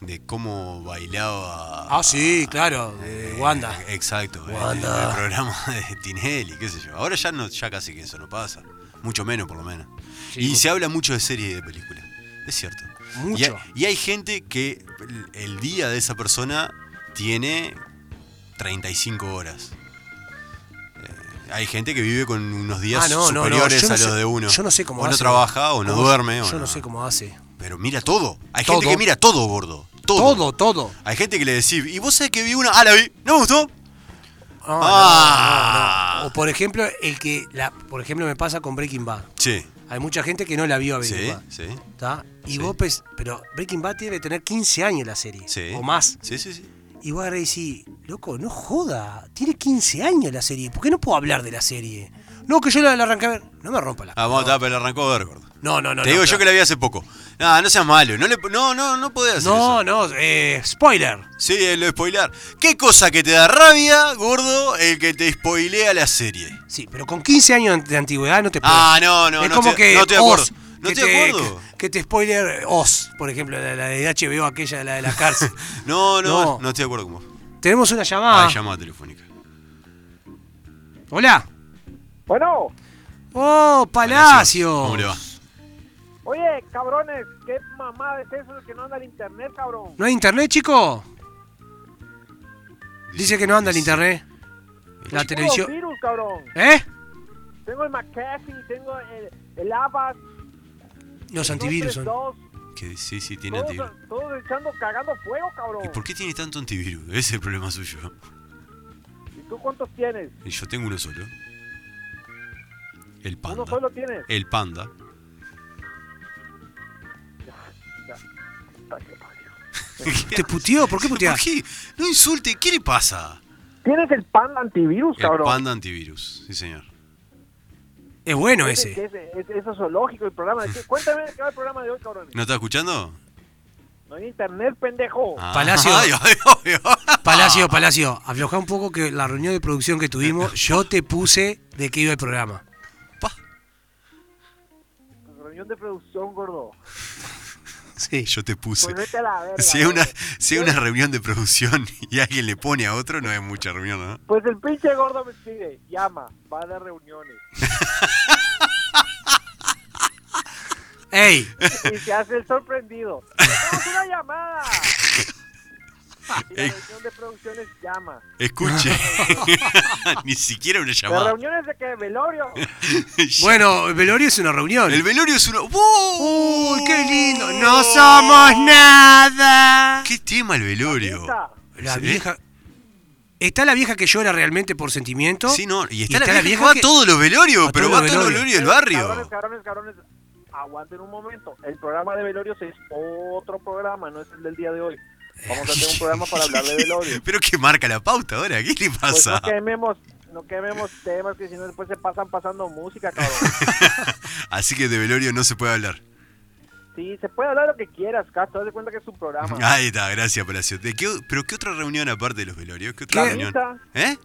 de cómo bailaba... Ah, sí, claro, de eh, Wanda. Exacto, el- Wanda. El, programa de Tinelli, qué sé yo. Ahora ya, no, ya casi que eso no pasa. Mucho menos, por lo menos. y se habla mucho de serie y de película. Es cierto. Mucho. Y hay, y hay gente que el- el día de esa persona tiene 35 horas. Eh, Hay gente que vive con unos días Ah, no, no, no, superiores yo no a los sé- de uno. Yo no sé cómo O no hace, trabaja, o no cómo- duerme. o Yo no sé cómo hace. Pero mira todo. Hay Todo. gente que mira todo, gordo. Todo. Todo, todo. Hay gente que le decís, ¿y vos sabés que vi una? Ah, la vi. ¿No me gustó? Ah, no, Ah. no, no. O por ejemplo, el que la, por ejemplo me pasa con Breaking Bad. Sí. Hay mucha gente que no la vio a Breaking Sí, Bad. sí. ¿tá? Y Sí. vos pues, pero Breaking Bad debe tener 15 años la serie. Sí. O más. Sí, sí, sí. Y vos agarrás y decís, loco, no joda, tiene 15 años la serie, ¿por qué no puedo hablar de la serie? No, que yo la, la arranqué a ver. No me rompa la Ah, vamos, está, pero le arrancó a ver, gordo. No, no, no. Te no, digo pero- yo que la vi hace poco. Nah, no seas malo. No, le, no, no, no podés hacer eso. No, no, eh, spoiler. Sí, eh, lo de spoilear. ¿Qué cosa que te da rabia, gordo, el que te spoilea la serie? Sí, pero con 15 años de antigüedad no te puedo. Ah, no, no, es no como estoy- que no estoy de acuerdo. Oz, No que estoy de te- acuerdo. Que, que te spoiler Oz, por ejemplo, la, la de HBO, aquella, la de la cárcel. No, no, No. no, estoy de acuerdo con vos. Tenemos una Ah, llamada. llamada telefónica. Hola. Bueno, Oh, Palacio. ¿Cómo le va? oye, cabrones, ¿qué mamada es eso de que no anda el internet, cabrón? ¿No hay internet, chico? Dice que no anda el dice- internet. La Tengo televisión. virus, cabrón. ¿Eh? Tengo el McAfee, tengo el, el Avas. Los antivirus son. Todos, Que sí, sí, tiene todos, antivirus. todos echando, cagando fuego, ¿Y cabrón. por qué tiene tanto antivirus? Ese es el problema suyo. ¿Y tú cuántos tienes? Y yo tengo uno solo. El panda. ¿Uno solo tienes? El panda. Puta que parió. ¿Te puteó? ¿Por qué ¿Por puteás? qué? No insulte. ¿Qué le pasa? Tienes el panda antivirus, El cabrón. panda antivirus. Sí, señor. Es bueno Ese, ese. ese, ese- eso es zoológico, el programa. de- Cuéntame de qué va el programa de hoy, cabrones. ¿No está escuchando? No hay internet, pendejo. Ah. Palacio. Ay, ay, ay, ay. Palacio, Palacio, aflojá un poco que la reunión de producción que tuvimos, yo te puse de qué iba el programa. Pa. Reunión de producción, gordo. Sí. Yo te puse. Pues vete a la verga. Si es una, gordo. si es una reunión de producción y alguien le pone a otro, no es mucha reunión, ¿no? Pues el pinche gordo me sigue. Llama, va a dar reuniones. ¡Ey! y se hace el sorprendido. ¡Haz una llamada! Y la Ey. reunión de producciones llama. Escuche. Ni siquiera una ¿La llamada. reunión es de que velorio? Bueno, el velorio es una reunión. El velorio es uno. ¡Uy, qué lindo! ¡No somos nada! ¡Qué tema el velorio! Puta. La ¿Sí? vieja. ¿Está la vieja que llora realmente por sentimiento? Sí, no. Y está, la, vieja que va a todos los velorios, a pero todos va a los todos los velorios velorios. del Cabrones, barrio. cabrones, cabrones. Aguanten un momento. El programa de velorios es otro programa, no es el del día de hoy. Vamos a hacer un programa para hablar de velorio. Pero que marca la pauta ahora, ¿qué le Pues no pasa? quememos, no quememos temas que si no después se pasan pasando música, cabrón. Así que de velorio no se puede hablar. Sí, se puede hablar lo que quieras, Castro. Haz de cuenta que es un programa. Ahí está, gracias, Palacio. ¿De qué, o- ¿Pero qué otra reunión aparte de los velorios? ¿Qué otra ¿Qué? reunión? Misa. ¿Eh?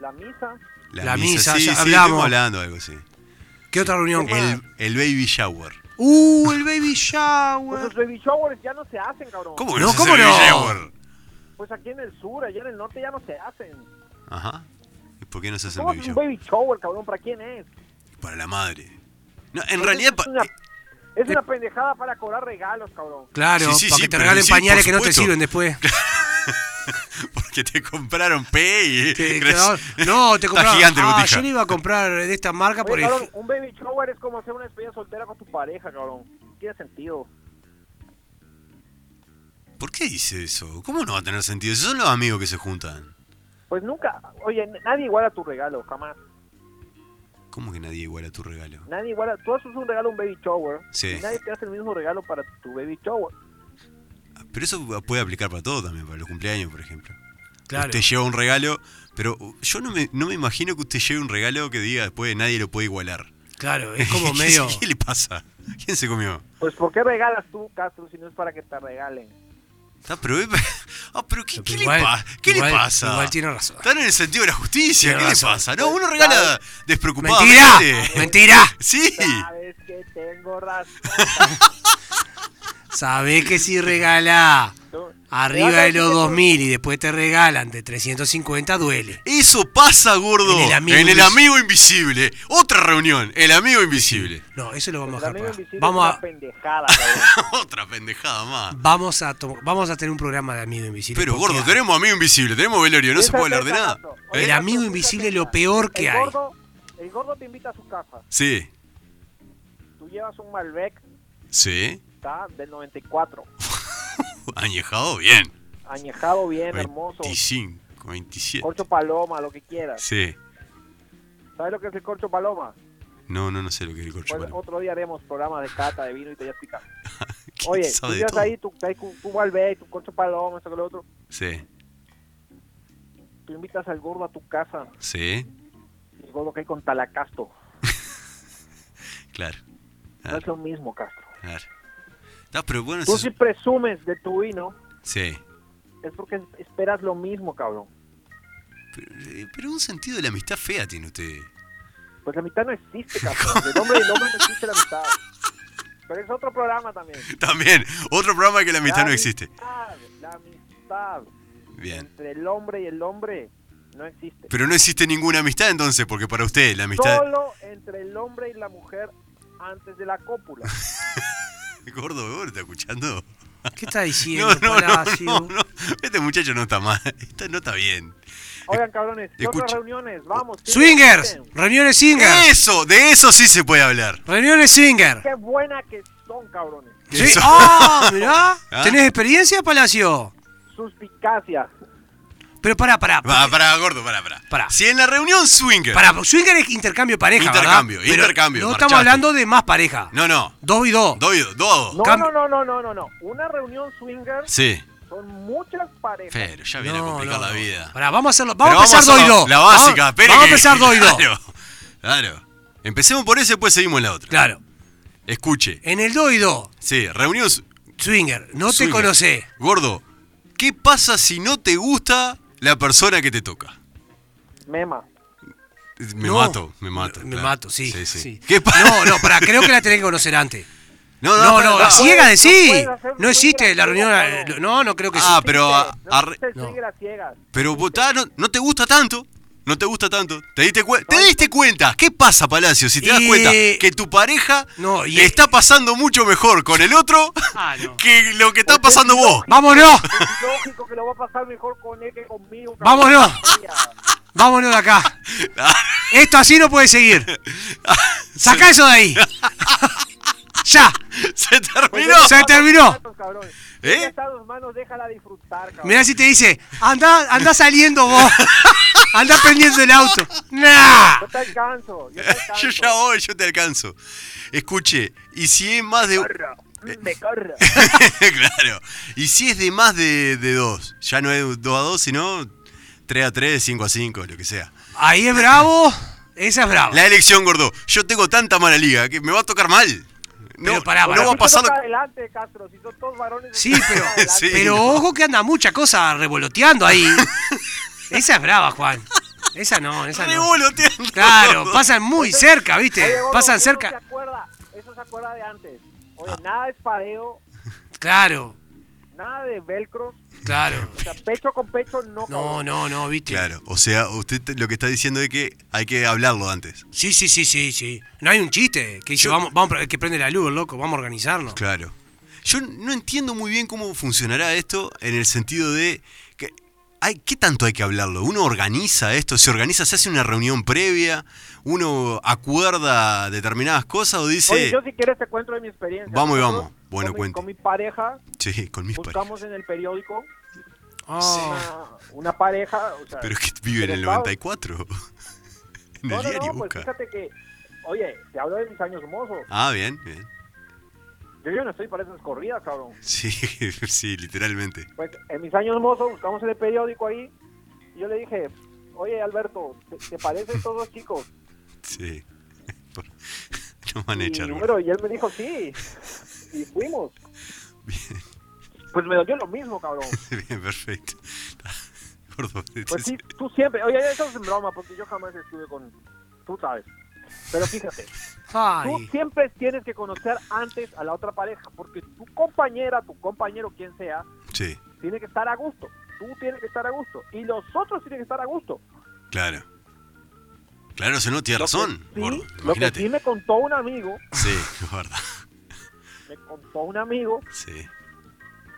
La misa. La misa, sí, ya sí, hablamos. estuvimos hablando de algo, sí. ¿Qué otra reunión? Ah. El, el baby shower. ¡Uh, el baby shower! pues Los baby showers ya no se hacen, cabrón. ¿Cómo que No, no, se ¿cómo hace baby no? shower? Pues aquí en el sur, allá en el norte ya no se hacen. Ajá. ¿Y por qué no se hace el ¿Cómo baby es un shower? baby shower, cabrón? ¿Para quién es? Pues Para la madre. No, en realidad... Es pa- una, eh, es una pendejada para cobrar regalos, cabrón. Claro, Sí, sí, para sí, que te pero regalen sí, por pañales que no te supuesto. sirven después. ¿Por que te compraron Pay. Te- Crees- que- no, te Está compraba. gigante, ah, Botija. yo le iba a comprar de esta marca por Oye, el. cabrón, un baby shower es como hacer una despedida soltera con tu pareja, cabrón. No tiene sentido. ¿Por qué dice eso? ¿Cómo no va a tener sentido? Esos son los amigos que se juntan. Pues nunca, oye, n- nadie iguala tu regalo, jamás. ¿Cómo que nadie iguala tu regalo? Nadie iguala, tú haces un regalo a un baby shower. Sí. Y nadie te hace el mismo regalo para tu baby shower. Ah, Pero eso puede aplicar para todo también, para los cumpleaños, por ejemplo. Claro. Usted lleva un regalo, pero yo no me, no me imagino que usted lleve un regalo que diga después nadie lo puede igualar. Claro, es como ¿Qué- medio. ¿Qué le pasa? ¿Quién se comió? Pues ¿por qué regalas tú, Castro, si no es para que te regalen? Ah, pero, ah, pero ¿qué, qué Igual- le, pa- qué le igual- pasa? Igual tiene razón. Están en el sentido de la justicia, Tiene ¿qué razón. le pasa? No, uno regala despreocupadamente. ¡Mentira! ¡Mentira! Sí. Sabes que tengo razón. Sabés que si regala cabrón. arriba de Regálame los que- 2000 y después te regalan de 350, duele. Eso pasa, gordo. En el amigo En el invis- amigo invisible. Otra reunión. El amigo invisible. No, eso lo vamos El a dejar. amigo para- invisible Vamos es a, una pendejada, cabrón. Otra pendejada más. vamos, a to- vamos a tener un programa de Amigo Invisible. Pero, porque gordo, tenemos amigo invisible, tenemos velorio, no se Esa puede hablar de es la nada. razón. ¿Eh? El amigo invisible es lo peor que el hay. gordo- el gordo te invita a su casa. Sí, Tú llevas un Malbec, sí. ¿está? Del 94. Añejado bien. Añejado bien, hermoso. 25, 27. Corcho paloma, lo que quieras. Sí. ¿Sabes lo que es el corcho paloma? No, no, no sé lo que es el corcho. Pues paloma. otro día haremos programas de cata, de vino y te voy a explicar. ¿Quién Oye, tú sabe de llevas todo? ahí tu, ahí tu, tu Malbec, tu corcho paloma, esto que lo otro. Sí, Tú invitas al gordo a tu casa. sí, El gordo que hay con Talacasto. claro. No es lo mismo, Castro. claro. No, pero bueno, Tú Ah. eso- si presumes de tu vino, sí. es porque esperas lo mismo, cabrón. Pero, eh, pero un sentido de la amistad fea tiene usted. Pues la mitad no existe, cabrón. El hombre y el hombre no existe la mitad. Pero es otro programa también. También, otro programa que la amistad La no existe. amistad, La amistad Bien. entre el hombre y el hombre no existe. Pero no existe ninguna amistad entonces, porque para usted la amistad. Solo entre el hombre y la mujer antes de la cópula. Gordo, gordo, ¿está escuchando? ¿Qué está diciendo, No, no, no, Palacio? no, no. Este muchacho no está mal. Está- no está bien. Oigan, cabrones, ¿qué otras Escucha. reuniones? Vamos. sí, Swingers, existen. reuniones swingers, Eso, de eso sí se puede hablar. reuniones swinger. ¡Qué buena que son, cabrones! Sí. Eso. Ah, mirá. Ah. ¿Tenés experiencia, Palacio? Suspicacia. Pero pará, pará. Va, pará, gordo, pará, pará. Pará. Si en la reunión swinger. Pará, swinger es intercambio de pareja, ¿verdad? Intercambio, Pero intercambio, No marchaste. estamos hablando de más pareja. No, no. Dos y dos. Doy, dos. No, Cam- no, no, no, no, no, no. Una reunión swinger Sí. son muchas parejas. Pero ya viene a complicar la vida. Pará, vamos a hacerlo. Pero Vamos, a empezar dos y la- dos. La básica, Vamos, espere vamos a que- empezar dos y dos. Claro, claro. Empecemos por eso y después seguimos en la otra. Claro. Escuche. En el dos y dos, Sí, reunión. s- swinger, no swinger. te conocés. Gordo, ¿qué pasa si no te gusta la persona que te toca? Mema. Me No. mato, me mato. Me claro. mato, sí. sí, sí. sí. ¿Qué pasa? No, no, pará, creo que la tenés que conocer antes. No, No, no, pará. a ciegas de sí. puedes hacer No existe swinger la a reunión. ciegas, eh, no. No, no creo que Ah, sí. pero, a- No arre- existe el no. swinger a ciegas. pero votá, no, no te gusta tanto. No te gusta tanto. ¿Te diste, cuen- ¿Te diste cuenta? ¿Qué pasa, Palacio? Si te das Y- cuenta que tu pareja No, y- está pasando mucho mejor con el otro Ah, no. que lo que está pasando vos. Vámonos, Es lógico que lo va a pasar mejor con él que conmigo. cabrón. Vámonos. vámonos de acá. Esto así no puede seguir. Saca eso de ahí. Ya, Se Pues terminó. deja Se las terminó. manos, cabrón. ¿Eh? Ya está en tus manos, déjala disfrutar, cabrón. mirá si te dice, anda, anda saliendo vos. Anda pendiendo el auto. Nah. Yo te alcanzo, yo te alcanzo. Yo ya voy, yo te alcanzo. Escuche, y si es más de. Corra, me corra. claro. Y si es de más de, de dos. Ya no es 2 a 2, sino 3 a 3, 5 a 5, lo que sea. Ahí es bravo. Esa es brava. La elección, gordo. Yo tengo tanta mala liga que me va a tocar mal. No, Pero pará, pará. no va a Si te pasar. toca adelante, Castro. Si son todos varones. Sí, te toca pero, adelante. Sí, pero no. ojo que anda mucha cosa revoloteando ahí. Esa es brava, Juan. Esa no, esa no. Revoloteando. Claro, pasan muy cerca, ¿viste? Oye, gordo, Pasan eso Se cerca. acuerda, eso se acuerda de antes. Ah. Oye, nada de espadeo, Claro, nada de velcros. claro. O sea, pecho con pecho no. No, cabrón. no, no, ¿viste? Claro, o sea, usted te- lo que está diciendo es que hay que hablarlo antes. Sí, sí, sí, sí, sí. No hay un chiste que dice, Yo- vamos, vamos, que prende la luz, loco, vamos a organizarnos. Claro. Yo no entiendo muy bien cómo funcionará esto en el sentido de que hay, ¿qué tanto hay que hablarlo? Uno organiza esto, se organiza, se hace una reunión previa, uno acuerda determinadas cosas o dice, Oye, yo si quieres te cuento de mi experiencia. Vamos y Nosotros, vamos. Bueno, con mi- cuente. Con mi pareja sí, con mis parejas. buscamos en el periódico Ah, una, una pareja. O sea, Pero es que vive en el interesados. 94. en No, el no, diario no, pues busca. fíjate que, oye, te hablo de mis años mozos. Ah, bien, bien. Yo, yo no estoy para esas corridas, cabrón. Sí, sí, literalmente. Pues en mis años mozos buscamos en el periódico ahí y yo le dije, oye, Alberto, ¿te, te parecen todos los chicos? Sí. no van a Y, echar. boludo. número, y él me dijo, sí. Y fuimos. Bien, Pues me dolió lo mismo, cabrón. bien, perfecto. Gordo, Pues sí, tú siempre. Oye, eso es en broma, porque yo jamás estuve con. Tú sabes. Pero fíjate, tú ay. siempre tienes que conocer antes a la otra pareja, porque tu compañera, tu compañero, quien sea, sí, tiene que estar a gusto. Tú tienes que estar a gusto. Y los otros tienen que estar a gusto. claro. Claro, se no, tiene razón, Sí, gordo. lo que Imagínate. sí me contó un amigo, Sí, es verdad. me contó un amigo Sí.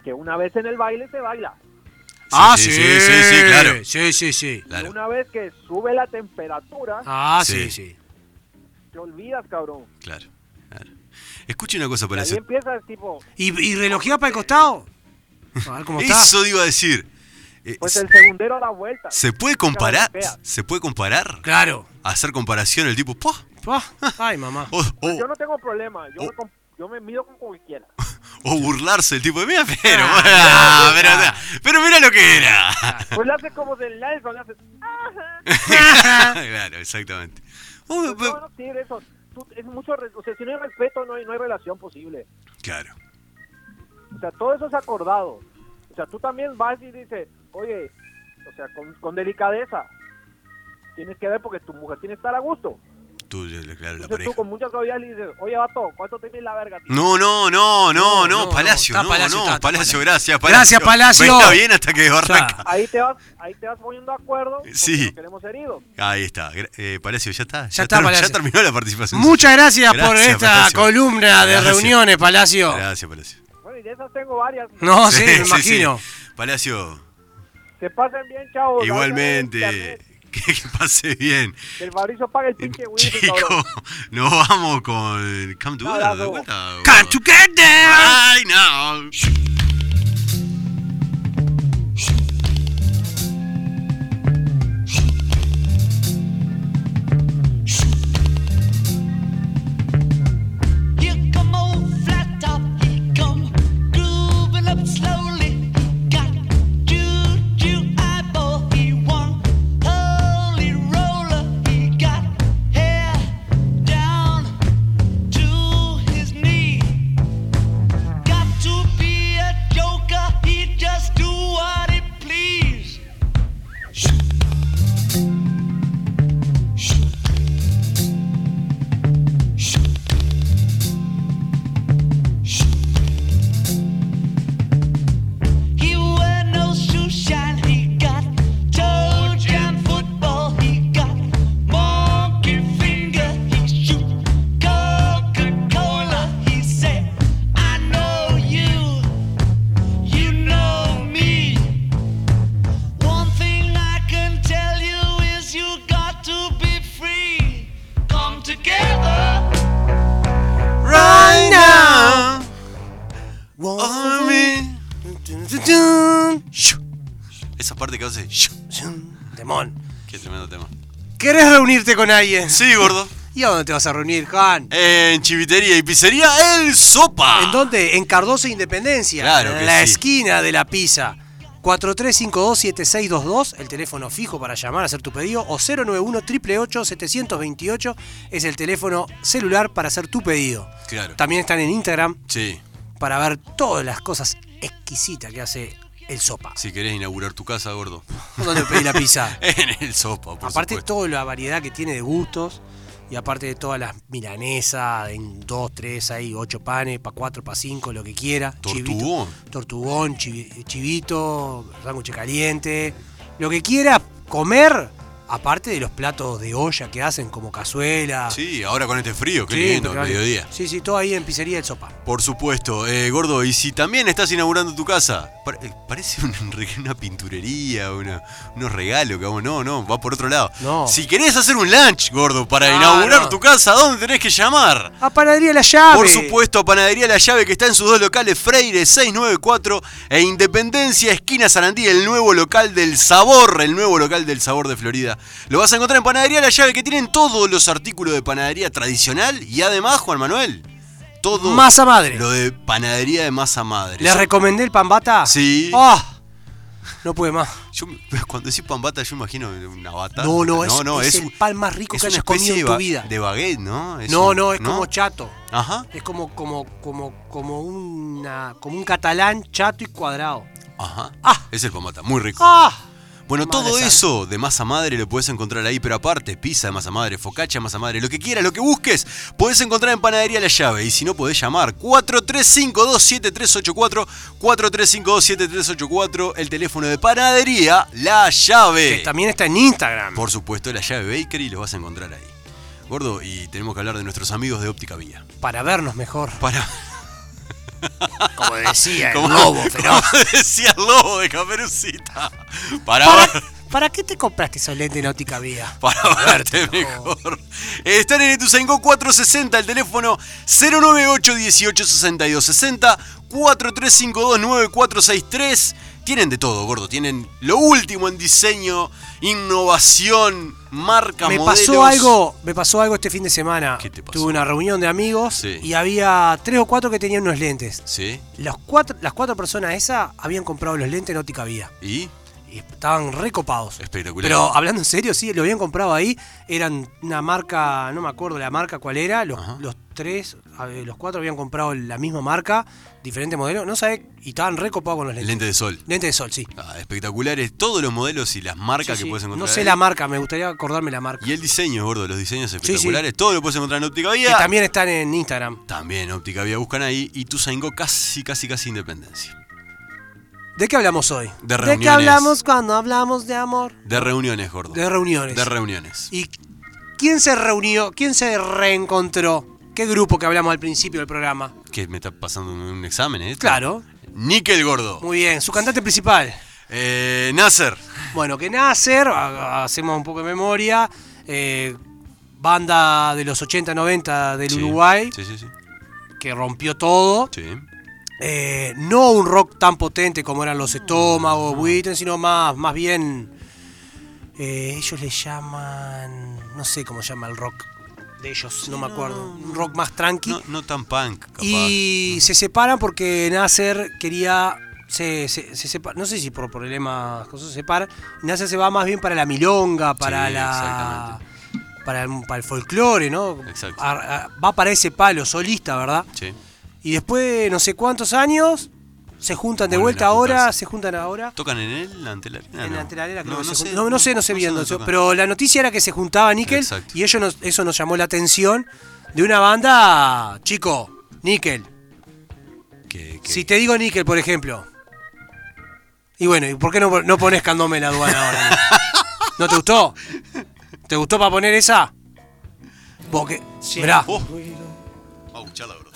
que una vez en el baile se baila. Ah, sí, sí, sí, sí, claro. Sí, sí, sí. Y Claro, una vez que sube la temperatura, Ah, sí, Sí. sí. te olvidas, cabrón. claro. claro. Escuche una cosa Y para ahí eso. empiezas tipo, ¿Y, y relojea para el costado? A ver cómo está. Eso iba a decir. Eh, pues se- el segundero a la vuelta. ¿Se puede comparar? Fea. ¿Se puede comparar? Claro. Hacer comparación, el tipo, ¡pah! Ah, Ay, mamá. O, o- Yo no tengo problema, yo, Oh. me, com- yo me mido con cualquiera. o burlarse, el tipo, mira, pero, Ah, ah, pero, ah. ah, pero mira lo que era. Pues le hace como del Nelson, le hace... "Ajá". claro, exactamente. Oh, Pues pero- Ah. no, no, sí, eso. Tú- es mucho, re- o sea, si no hay respeto, no hay, no hay relación posible. claro, O sea, todo eso es acordado. O sea, tú también vas y dices, oye, o sea, con, con delicadeza. Tienes que ver porque tu mujer tiene que estar a gusto. tú, yo- claro, la Entonces pareja. tú con muchas suavidad le dices, oye, vato, ¿cuánto te mide la verga? tío?" No, no, no, no, No, no, no, Palacio, no, está no, Palacio, no, está, Palacio, está Palacio. gracias, Palacio. Gracias, Palacio. Está bien hasta que arranca. Ahí te vas, ahí te vas poniendo de acuerdo. porque Sí. no queremos heridos. Ahí está, gra- eh, Palacio, ya está. Ya, está, ter- Palacio. ya terminó la participación. Muchas gracias, por Gracias, esta Palacio. columna de Gracias. reuniones, Palacio. Gracias, Palacio. Bueno, y de esas tengo varias. No, sí, me sí, sí. imagino. Palacio, Se pasen bien, chavos. igualmente, que, que pase bien. El Fabricio paga el pinche wifi, cabrón. Chico, nos vamos con Come No, Together no, de no. vuelta. Come together. Ay, no. Here come old flat top, he come grooving up slowly. Got juju eyeball, he one holy roller. He got hair down to his knee. Got to be a joker, he just do what he please. He wear no shoe shine. He got toe jam football. He got monkey finger. He shoot Coca Cola. He said, I know you. You know me. One thing I can tell you is you got to be free. Come together. Right now. on me. Esa parte que hace. shh, Demón. Qué tremendo tema. ¿Querés reunirte con alguien? Sí, gordo. ¿Y a dónde te vas a reunir, Juan? En Chivitería y Pizzería El Sopa. ¿En dónde? En Cardoso e Independencia. Ah. Claro que En la sí. esquina de la pizza. 4352-7622, el teléfono fijo para llamar a hacer tu pedido, o 091-888-728 es el teléfono celular para hacer tu pedido. Claro. También están en Instagram Sí. para ver todas las cosas exquisitas que hace el sopa. Si querés inaugurar tu casa, gordo. ¿Dónde pedí la pizza? En El Sopa, por aparte de supuesto. toda la variedad que tiene de gustos y aparte de todas las milanesas en dos, tres, ahí, ocho panes, pa' cuatro, pa' cinco, lo que quiera. Tortugón. Chivito, tortugón, chivi- chivito, sándwich caliente, lo que quiera comer, Aparte de los platos de olla que hacen, como cazuela. Sí, ahora con este frío, qué Sí, lindo, impecable. mediodía. Sí, sí, todo ahí en pizzería del sopa. Por supuesto, eh, gordo, y si también estás inaugurando tu casa, par- eh, parece un re- una pinturería, una- unos regalos, que vamos, no, no, va por otro lado. No. Si querés hacer un lunch, gordo, para Ah, inaugurar no. tu casa, ¿a dónde tenés que llamar? A panadería la llave. Por supuesto, a Panadería La Llave, que está en sus dos locales, Freire 694 e Independencia, esquina Sarandí, el nuevo local del sabor, el nuevo local del sabor de Florida. Lo vas a encontrar en Panadería La Llave, que tienen todos los artículos de panadería tradicional y además, Juan Manuel, todo Masa madre. lo de panadería de masa madre. ¿Le recomendé el pan bata? Sí. ¡Ah! No pude más. Yo, cuando decís pan bata, yo imagino una bata. No, no, es- es el un- pan más rico es que una hayas comido especie en de tu ba- vida. De baguette, ¿no? Es No, un- no, es como chato. Ajá, Es como, como, como, como una. como un catalán chato y cuadrado. ajá. Ah. Es el pan bata, muy rico. ¡Ah! Bueno, Madre todo santa. eso de masa madre lo puedes encontrar ahí, pero aparte, pizza de masa madre, focacha de masa madre, lo que quieras, lo que busques, puedes encontrar en Panadería La Llave. Y si no, podés llamar 43527384, 43527384, el teléfono de Panadería La Que Llave. también está en Instagram. Por supuesto, La Llave Bakery lo vas a encontrar ahí. Gordo, y tenemos que hablar de nuestros amigos de Óptica Vía. Para vernos mejor. Para... Como decía el como- lobo feroz. como decía el lobo de Caperucita. Para... ¿Para, para qué te compraste esos lentes de Nautica Vía? para verte mejor. Están en Ituzaingó 460, el teléfono 098 18 62 60 4352 9463. Tienen de todo, gordo. Tienen lo último en diseño, innovación, marca, Me modelos. pasó algo, me pasó algo este fin de semana. ¿Qué te pasó? Tuve una reunión de amigos Sí. y había tres o cuatro que tenían unos lentes. Sí. Los cuatro, las cuatro personas esas habían comprado los lentes en Óptica Vía. ¿Y? Y estaban recopados. Espectacular. Pero hablando en serio, sí, lo habían comprado ahí. Eran una marca, no me acuerdo la marca cuál era. Los, Ajá. los tres, a ver, los cuatro habían comprado la misma marca, diferente modelo. No sé, y estaban recopados con los lentes. Lente de sol. Lentes de sol, sí. Ah, espectaculares. Todos los modelos y las marcas Sí, que sí. puedes encontrar. no sé ahí. la marca, me gustaría acordarme la marca. Y el diseño, gordo. Los diseños sí. espectaculares. Todo lo puedes encontrar en Óptica Vía. Que también están en Instagram. También Óptica Vía buscan ahí y tu casi, casi, casi independencia. ¿De qué hablamos hoy? De qué reuniones. hablamos cuando hablamos de amor? De reuniones, gordo. De reuniones. De reuniones. ¿Y quién se reunió? ¿Quién se reencontró? ¿Qué grupo que hablamos al principio del programa? Que me está pasando un- un examen, ¿eh? Claro. Níquel gordo. Muy bien, su cantante principal. Eh, Nasser. Bueno, que Nasser, ha- hacemos un poco de memoria, eh, banda de los 80-90 del Sí. Uruguay, Sí, sí, sí. que rompió todo. Sí. Eh, no un rock tan potente como eran los estómagos, Witten, sino más, más bien. eh, ellos le llaman. No sé cómo se llama el rock de ellos, no me acuerdo. Un rock más tranqui. No, no tan punk, capaz. y se separan porque Nasser quería. Se, se, se sepa- no sé si por problemas cosas se separa. Nasser se va más bien para la milonga, para Sí, la. Para el, para el folclore, ¿no? Exacto. Ar- ar- va para ese palo, solista, ¿verdad? Sí. Y después de no sé cuántos años, se juntan de Vuelven vuelta a ahora, juntarse. se juntan ahora. ¿Tocan en él? ¿Ante la arena? en no. la telarera creo no, que no se sé, jun- no, no sé, no sé bien, dónde no sé, tocan. pero la noticia era que se juntaba Nickel Exacto. y ellos nos- eso nos llamó la atención de una banda, chico, Nickel. Que- que- Si te digo Nickel, por ejemplo. Y bueno, ¿y por qué no, no pones Candome en la aduana ahora? Nick? ¿No te gustó? ¿Te gustó para poner esa? Vos que- mirá, Oh. Vamos a escucharla, gordo.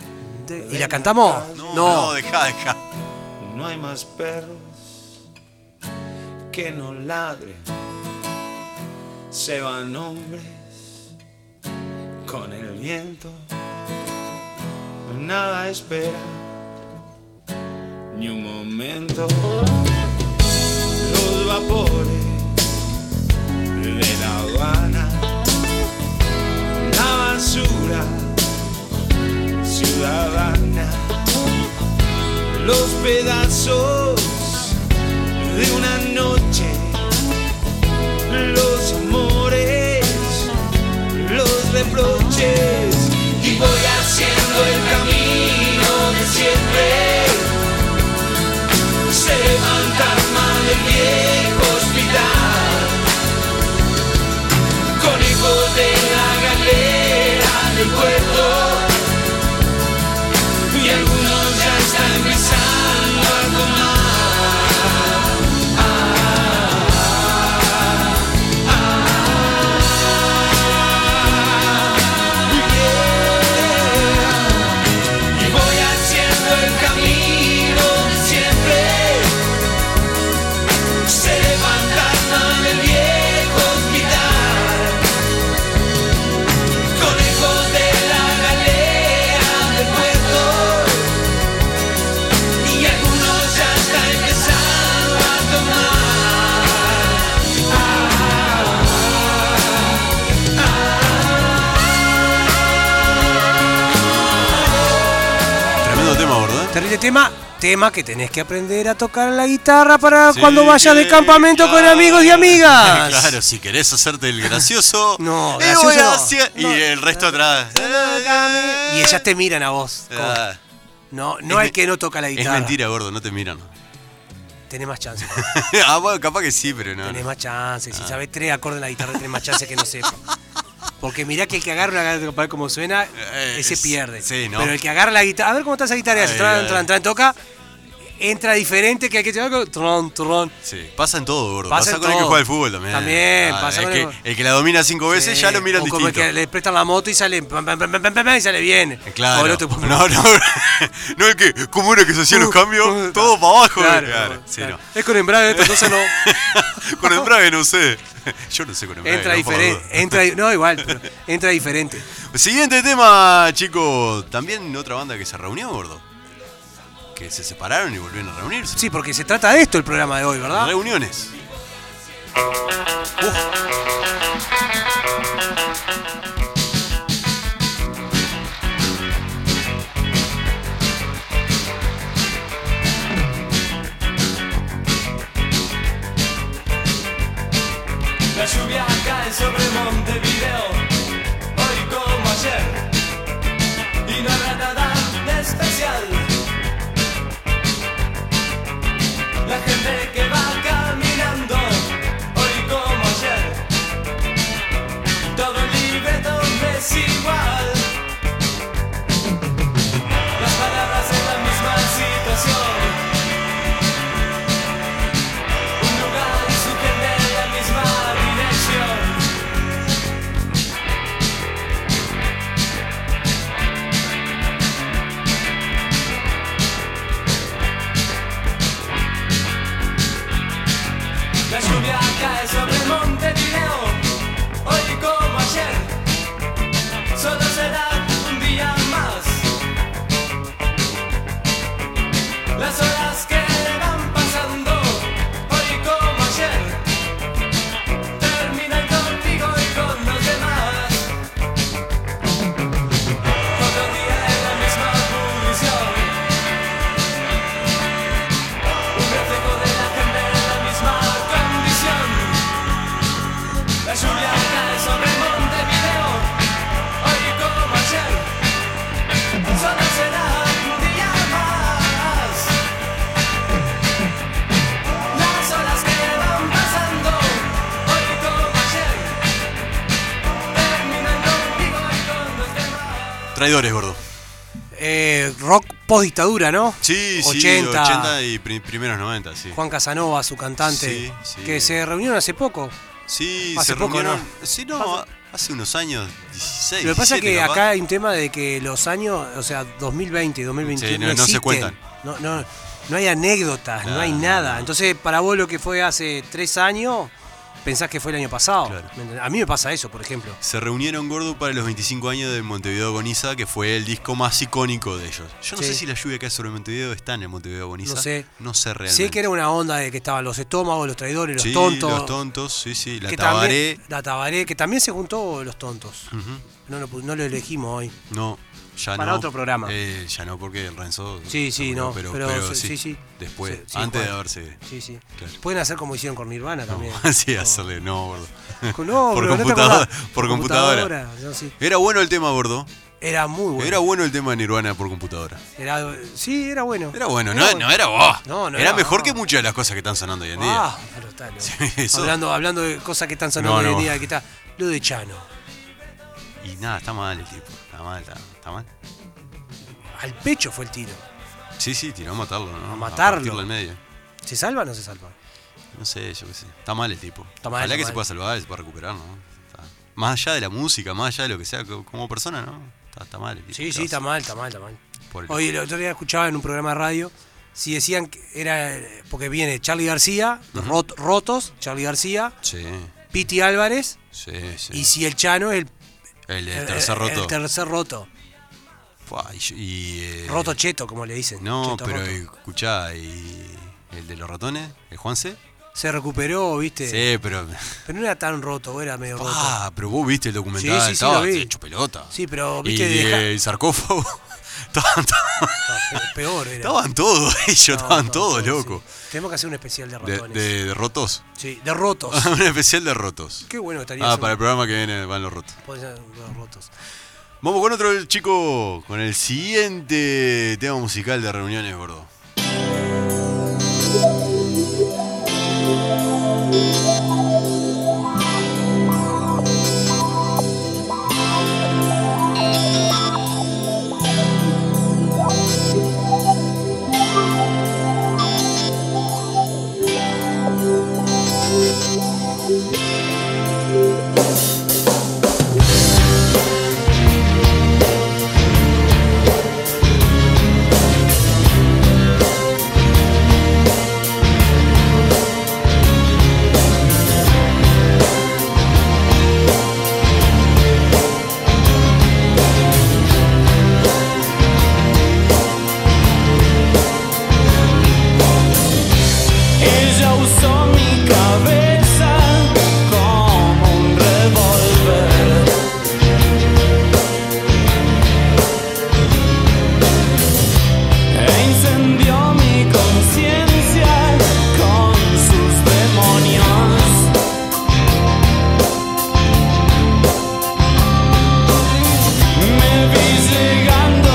¿y la cantamos? No, No. no, dejá, dejá. No hay más perros que no ladren. Se van hombres con el viento. Nada espera ni un momento. Los vapores de La Habana. La basura ciudadana los pedazos de una noche, los amores, los reproches. Y voy haciendo el camino de siempre. Se fantasma del viejo hospital, con hijos de la galera del puerto y algunos ya están empezando a tomar. Ah, ah, ah, ah, ah. ¿eh? este tema, tema que tenés que aprender a tocar la guitarra para Sí, cuando vayas de que- campamento con claro. amigos y amigas. Claro, si querés hacerte el gracioso. No, eh, gracioso voy no. hacia- No. Y el resto Eh, atrás. Y ellas te miran a vos. como, Ah, no, no Es hay me- que no toca la es guitarra. mentira, gordo, no te miran. Tenés más chance. ah, bueno, capaz que sí, pero no. Ah. Tenés no. más chance. Si sabés tres acordes en la guitarra, tenés más chance que no sepa. Porque mirá que el que agarra una guitarra para ver cómo suena, Eh, ese es- pierde. sí, ¿no? Pero el que agarra la guitarra, a ver cómo está esa guitarra, Ay, se tran, ay. tran, tran, toca, entra diferente que el que te va tron, tron. Sí, pasa en todo, gordo. Pasa Pasa, en con el que todo. juega al fútbol también. Ah, También, pasa el, con que, el- el que la domina cinco veces Sí, ya lo miran o como distinto. el que le prestan la moto y sale pam, pam, pam, pam, pam, pam, y sale bien. Eh, Claro. O el otro, pam, pam, no, no, no es que, como era que se hacían los cambios? Todo para abajo. Uh, Claro, claro, sí, claro. no. Es con embrague esto, entonces no. con el embrague no sé. Yo no sé con embrague. Entra no, por la diferente. duda. Entra, di- no, igual, pero entra diferente. Siguiente tema, chicos. También otra banda que se reunió, gordo. Que se separaron y volvieron a reunirse. Sí, porque se trata de esto el programa de hoy, ¿verdad? Reuniones. La lluvia cae sobre Montevideo, hoy como ayer, y no habrá nada de especial. La gente que va caminando, hoy como ayer, todo el libreto es igual. Las palabras en la misma situación. Un lugar y su gente en la misma dirección La lluvia cae sobre Montevideo Hoy como ayer Solo será un día más Las horas que van pasando Hoy como ayer Terminan contigo y con los demás Otro día en la misma pulsión un reflejo de la gente en la misma condición. La lluvia cae sobre Montevideo, hoy como ayer. Solo será un día más. Las horas que van pasando, hoy como ayer. Terminan contigo y con los demás. Traidores, gordo. Eh, rock post dictadura, ¿no? Sí, 80, sí, 80 y pri- primeros 90, sí. Juan Casanova, su cantante, Sí, sí. que se reunieron hace poco. Sí, Hace se poco, reunieron. ¿no? Sí, no, hace unos años, 16. Lo que pasa es que 17 capaz. acá hay un tema de que los años, o sea, 2020 y 2021 Sí, no- no, no se existen. cuentan. No, no, no hay anécdotas, no, Claro, hay no, nada. no. Entonces, para vos lo que fue hace tres años, pensás que fue el año pasado. Claro. ¿Me entendés? A mí me pasa eso, por ejemplo. Se reunieron gordo para los 25 años de Montevideo Agoniza, que fue el disco más icónico de ellos. Yo no Sí. sé si la lluvia que hay sobre Montevideo está en el Montevideo Agoniza. No sé. No sé realmente. Sé que era una onda de que estaban los estómagos, los traidores, los Sí, tontos. Los tontos, sí, sí. La que tabaré. Mm. También, la Tabaré, que también se juntó los tontos. Ujú. No lo, pu- no lo elegimos hoy. No, ya no. Para otro programa. Eh, ya no, porque el Renzo. Sí, sí, murió, no, Pero, pero pero sí, sí, sí, sí. Después, Sí, sí, antes de Juan. haberse. Sí, sí. Claro. Pueden hacer como hicieron con Nirvana también. Así No. hacerle, no, gordo. Con- no, por, bro, no te computadora, acordás. por computadora. no, sí. Era bueno el tema, gordo. Era muy bueno. Era bueno el tema de Nirvana por computadora. Era- sí, era bueno. Era bueno, no, no era vos. No, no era, era mejor vos. que muchas de las cosas que están sonando hoy en día. Ah, pero está loco. eso- hablando, hablando de cosas que están sonando No, hoy en no. día, que está. Lo de Chano. Y nada, está mal el tipo. Está mal, está, está mal. Al pecho fue el tiro. Sí, sí, tiró a matarlo, ¿no? A matarlo. partirlo al medio. ¿Se salva o no se salva? No sé, yo qué sé. Está mal el tipo. Está mal, Ojalá está que mal. se pueda salvar, se pueda recuperar, ¿no? Está- Más allá de la música, más allá de lo que sea, co- como persona, ¿no? Está, está mal el tipo. Sí, ¿Qué sí, está vas mal, está mal, está mal. a- por el- Hoy el otro día escuchaba en un programa de radio si decían que era eh, porque viene Charlie García, los rot- rotos, Charlie García, Sí, Piti Álvarez sí, sí. y si el Chano es el, el, el tercer Eh, el- el roto. tercer roto, Fua, y, y, eh, roto cheto como le dicen. No, cheto pero roto. escuchá, y el de los ratones, el Juanse. se recuperó, ¿viste? Sí, pero. Pero no era tan roto, era medio roto. Ah, pero vos viste el documental, Sí, sí, sí, estaba lo vi. hecho pelota. Sí, pero Y viste, deja- eh, el sarcófago. Estaban, to- Estaba pe- Peor era. estaban todos ellos, estaban no, todos no, locos. sí. Tenemos que hacer un especial de De, ratones. de- de rotos. Sí, de rotos. Un especial de rotos. Qué bueno que estaría. Ah, hacer para el Ah, un- programa que viene van los rotos. podría ser los rotos. Vamos con otro chico, con el siguiente tema musical de reuniones, gordo. Ella usó mi cabeza como un revólver. E incendió mi conciencia con sus demonios. Me vi llegando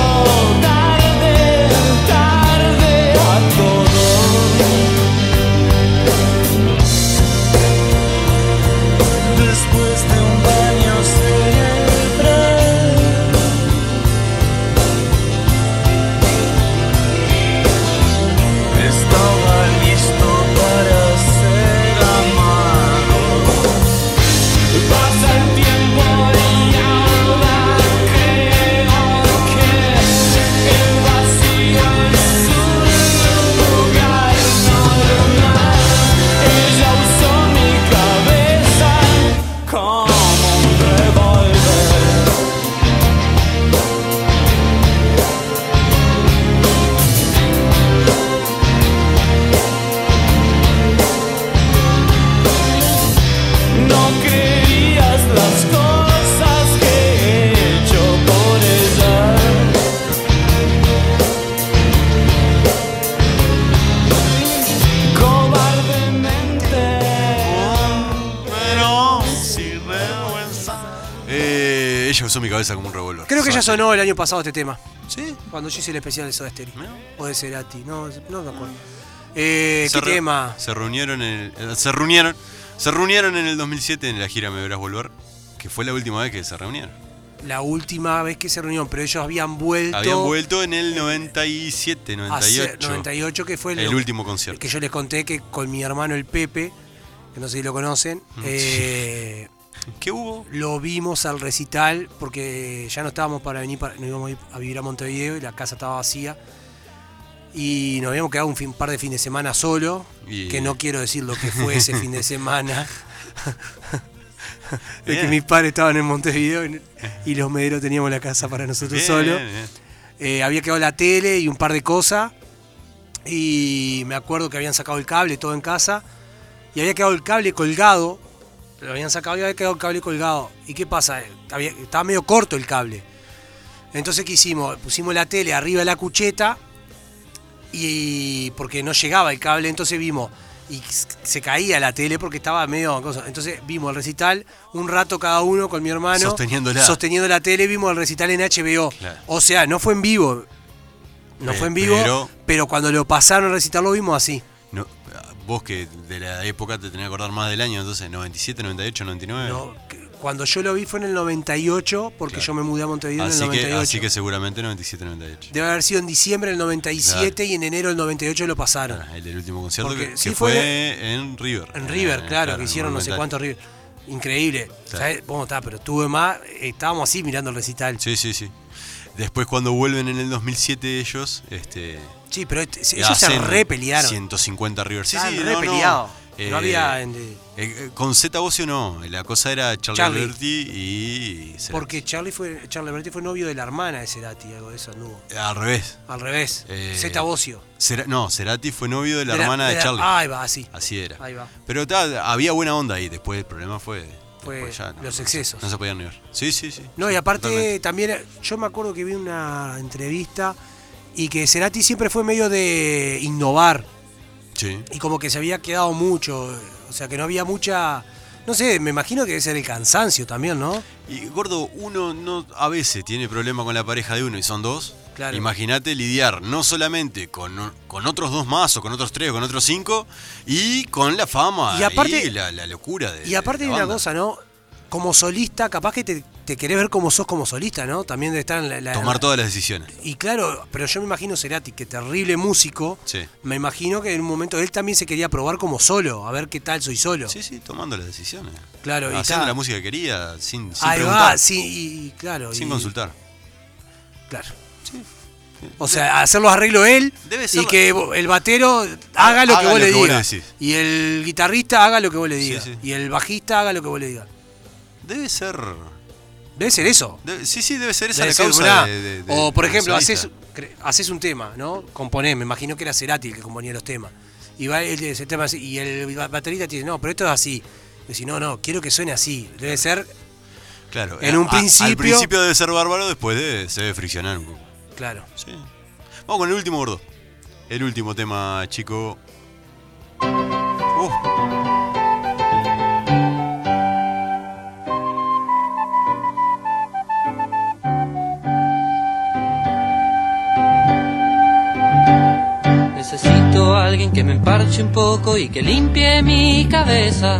tarde, tarde a todo. Después de un baño cerebral Estaba listo para ser amado Pasa el tiempo y ahora creo que El vacío es un lugar normal ella usó mi cabeza como um un revólver. No creías las cosas que he hecho por ella. Cobardemente. Pero Eh, ella usó mi cabeza como un revólver. Creo que ya Sabe. sonó el año pasado este tema. ¿Sí? Cuando yo hice el especial de Soda Stereo. Mirá. O de Cerati. No, no me acuerdo. Eh, ¿Eh? Se ¿Qué re- tema? Se reunieron en el, eh, se reunieron, se reunieron en el 2007 en la gira Me verás volver, que fue la última vez que se reunieron. La última vez que se reunieron, pero ellos habían vuelto. Habían vuelto en el 97, a ser- 98. 98, que fue el, el último concierto. Que yo les conté que con mi hermano el Pepe, que no sé si lo conocen, Mm, eh, ¿Qué hubo? lo vimos al recital porque ya no estábamos para venir, para, nos íbamos a ir a vivir a Montevideo y la casa estaba vacía. Y nos habíamos quedado un fin- par de fin de semana solo, Y- que no quiero decir lo que fue ese fin de semana. de que Bien. mis padres estaban en Montevideo y, y los mederos teníamos la casa para nosotros Bien, solos. bien. Eh, había quedado la tele y un par de cosas. Y me acuerdo que habían sacado el cable, todo en casa. Y había quedado el cable colgado. Lo habían sacado y había quedado el cable colgado. ¿Y qué pasa? Eh, había- estaba medio corto el cable. Entonces, ¿qué hicimos? Pusimos la tele arriba de la cucheta. Y porque no llegaba el cable, entonces vimos. Y s- se caía la tele porque estaba medio. cosa. Entonces vimos el recital un rato cada uno con mi hermano. Sosteniéndola. Sosteniendo la tele, vimos el recital en HBO. Claro. O sea, no fue en vivo. No Pe- fue en vivo, pero- pero, cuando lo pasaron a recitar lo vimos así. No, vos que de la época te tenés que acordar más del año, entonces 97, 98, 99. No, que- cuando yo lo vi fue en el 98, porque Claro. yo me mudé a Montevideo en así, el que, 98. así que seguramente 97, 98. Debe haber sido en diciembre del 97 y en enero del 98 lo pasaron. Ah, el del último concierto Porque que, sí que fue fue en River. En River, Eh, claro, que en hicieron no sé Monumental. cuántos River. Increíble. ¿Sabés? Bueno, está, pero estuve más. Estábamos así mirando el recital. Sí, Sí, sí, sí. Después cuando vuelven en el 2007 ellos, este, pero este- ellos se hacen repelearon. 150 River. Sí, Estaban sí, re no, no. peleados. Eh, No había. en- eh, con Z Bocio no, la cosa era Charlie, Charlie. Alberti y... Cerati. porque Charlie fue, Charlie Alberti fue novio de la hermana de Cerati, algo de eso, anduvo. Al revés. Al revés. Eh, Zeta Bocio. Cera- no, Cerati fue novio de la hermana de, Charlie. Ah, ahí va, así. Así era. Ahí va. Pero ta, había buena onda ahí, después el problema fue... fue Pues ya no, los no, excesos. No se podían negar. Sí, sí, sí. No, y Sí, aparte totalmente. también, yo me acuerdo que vi una entrevista y que Cerati siempre fue medio de innovar Sí. y como que se había quedado mucho, o sea que no había mucha, no sé, me imagino que debe ser el cansancio también, ¿no? Y gordo, uno no a veces tiene problema con la pareja de uno y son dos. Claro. Imagínate lidiar no solamente con, con otros dos más o con otros tres o con otros cinco y con la fama Y aparte- la, la locura de Y de aparte hay Eh, la una banda. cosa, ¿no? Como solista, capaz que te, te querés ver como sos como solista, ¿no? También de estar en la... la- Tomar todas las decisiones. Y eh, claro, pero yo me imagino Cerati, que terrible músico, Sí. me imagino que en un momento él también se quería probar como solo, a ver qué tal soy solo. Sí, sí, tomando las decisiones. Claro, y Haciendo está- la música que quería sin, sin Ahí preguntar. va, sí, y, y claro. Sin y- consultar. Claro. O sea, hacer los arreglos él Debe ser y la- que vo- el batero haga lo Haga que lo vos le que vos le digas. decís. Y el guitarrista haga lo que vos le digas. sí. Y el bajista haga lo que vos le digas. Debe ser. Debe ser eso. debe- sí, sí, debe ser esa Debe la ser causa. una- de- de- de- o, por del ejemplo, solista. haces, cre- haces un tema, ¿no? Componés, me imagino que era Cerati el que componía los temas. Y va él, ese tema así, y el ba- baterista te dice, no, pero esto es así. Y decís, no, no, quiero que suene así. Debe ser, Claro, en un a- Al principio- principio debe ser bárbaro, después de- se debe friccionar un poco. claro. Sí. Vamos con el último gordo. El último tema, chico. Uh. Necesito a alguien que me emparche un poco y que limpie mi cabeza.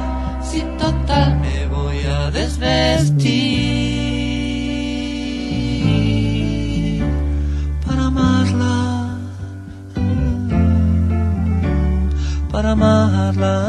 si total me voy a desvestir para amarla para amarla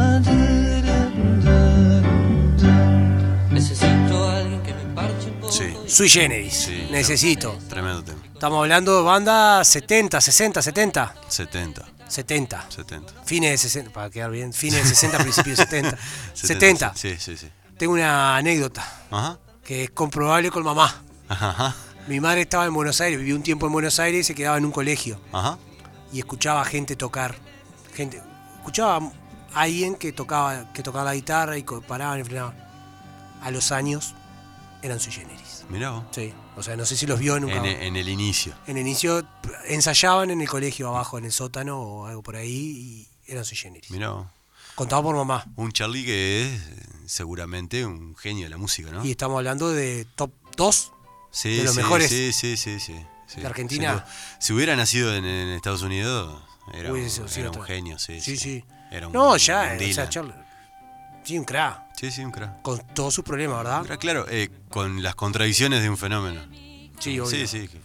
Necesito a alguien que me parche un poco. Sí, Sui generis. Sí, Necesito. tremendo tema. Estamos hablando de banda 70, 60, 70. 70, 70. 70. Fines de 60, para quedar bien, fines de 60, principios de 70. 70. Sí, sí, sí. Tengo una anécdota Ajá. que es comprobable con mamá. Ajá. Mi madre estaba en Buenos Aires, vivió un tiempo en Buenos Aires y se quedaba en un colegio Ajá. y escuchaba gente tocar. Gente, escuchaba a alguien que tocaba, que tocaba la guitarra y co- paraban y frenaban. A los años eran sui generis. Mirá vos. Sí, o sea, no sé si los vio nunca. En, e- en el inicio. En el inicio p- ensayaban en el colegio abajo, en el sótano o algo por ahí, y eran sui generis. Mirá vos. Contado por mamá. Un Charlie que es eh, seguramente un genio de la música, ¿no? Y estamos hablando de top 2. Sí, de los sí, mejores Sí, sí, sí, sí. sí. de Argentina. Sin duda. Si hubiera nacido en, en Estados Unidos, era, Hubiese un, sido era un otra. genio, sí. Sí, sí. Era un, No, ya, un o Dylan. sea, Charles- Sí, un crack. Sí, sí, un crack. Con todos sus problemas, ¿verdad? Era claro, eh, con las contradicciones de un fenómeno. Sí, obvio. Sí, sí. que,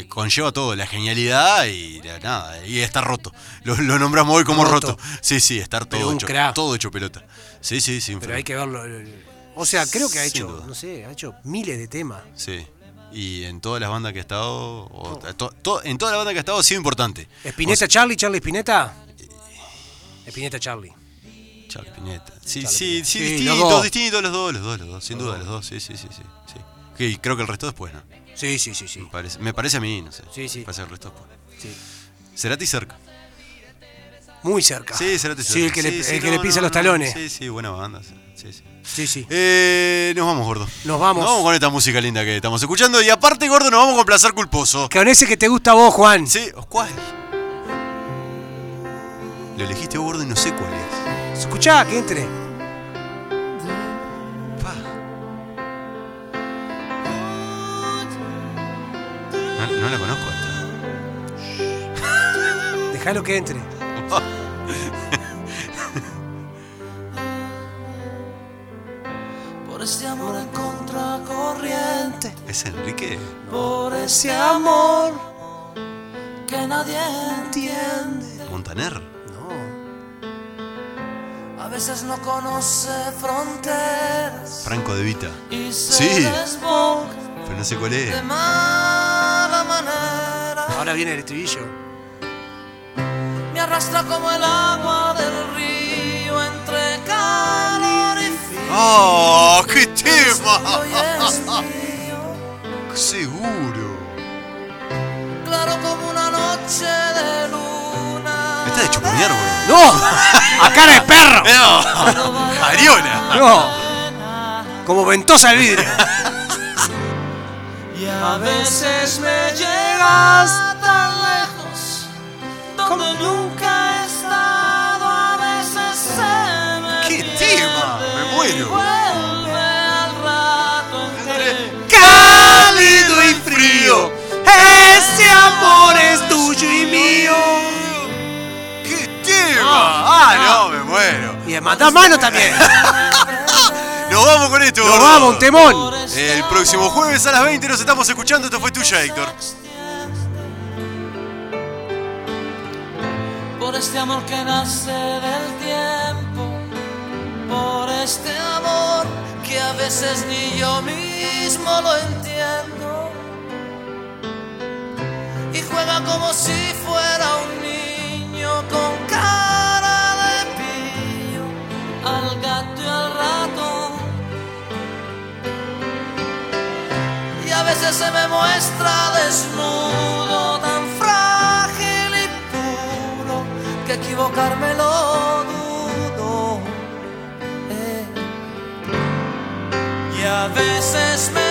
eh, conlleva todo, la genialidad y la- nada, y está roto. Lo, lo nombramos hoy como roto. Roto. Sí, sí, estar Pero todo un hecho, crack. todo hecho pelota. Sí, sí, sí. un Pero hay fenómeno. que verlo. el- el- O sea, creo que ha Sin hecho, duda. no sé, ha hecho miles de temas. Sí. Y en todas las bandas que ha estado, o- to- to- en todas las bandas que ha estado ha sido importante. Espineta Charlie, Charlie Espineta. Espineta Charlie. Charlie Pineta. Sí, Charlie sí, sí, Pineta. Sí, los distintos, dos. distintos los dos, los dos, los dos, sin duda, los dos, sí, sí, sí, sí. sí. Que- Y creo que el resto después, ¿no? Sí, sí, sí, sí. Me parece, me parece a mí, no sé. Sí, sí. Me parece el resto después. sí. Cerati cerca. Muy cerca. Sí, Cerati cerca. Sí, el que le, sí, el que no, le pisa no, los no, talones. Sí, sí, buena banda. Sí, sí. Sí, sí. Eh, nos vamos, gordo. Nos vamos. Nos vamos con esta música linda que estamos escuchando. Y aparte, gordo, nos vamos con placer culposo. Con ese que te gusta a vos, Juan. Sí, ¿cuál? Lo elegiste vos, gordo, y no sé cuál es. Escuchá, que entre. Pa. No, no la conozco esta. Déjalo que entre. Por ese amor en contracorriente, ¿Es Enrique? por ese amor que nadie entiende. ¿Montaner? No. A veces no conoce fronteras Franco de Vita. y se Sí. desboca Pero no sé cuál es. de mala manera. Ahora viene el estribillo. me arrastra como el agua del río entre calor y frío. ¡Oh, qué Es duro y es tema! frío, Seguro. claro como una noche de luna. Me está de chupuñar, boludo. ¡No! ¡A cara de perro! ¡No! ¡Ariola! ¡No! Como ventosa al vidrio. Y a veces me llegas tan lejos donde nunca he estado. A veces se me ¡Qué tema! ¡Me muero! vuelve al rato entre Cálido y frío. Ese amor es tuyo y mío. ¡Qué tema! ¡Ah, no! ¡Me muero! Y además da mano también. ¡Nos vamos con esto! Nos gordo. vamos, un temón. El próximo jueves a las 20 nos estamos escuchando. Esto fue tuya, Héctor. por este amor que nace del tiempo, por este amor que a veces ni yo mismo lo entiendo y juega como si fuera un niño con cara de pillo al gato y al ratón y a veces se me muestra desnudo tan frágil y puro que equivocarme lo dudo eh. y a veces me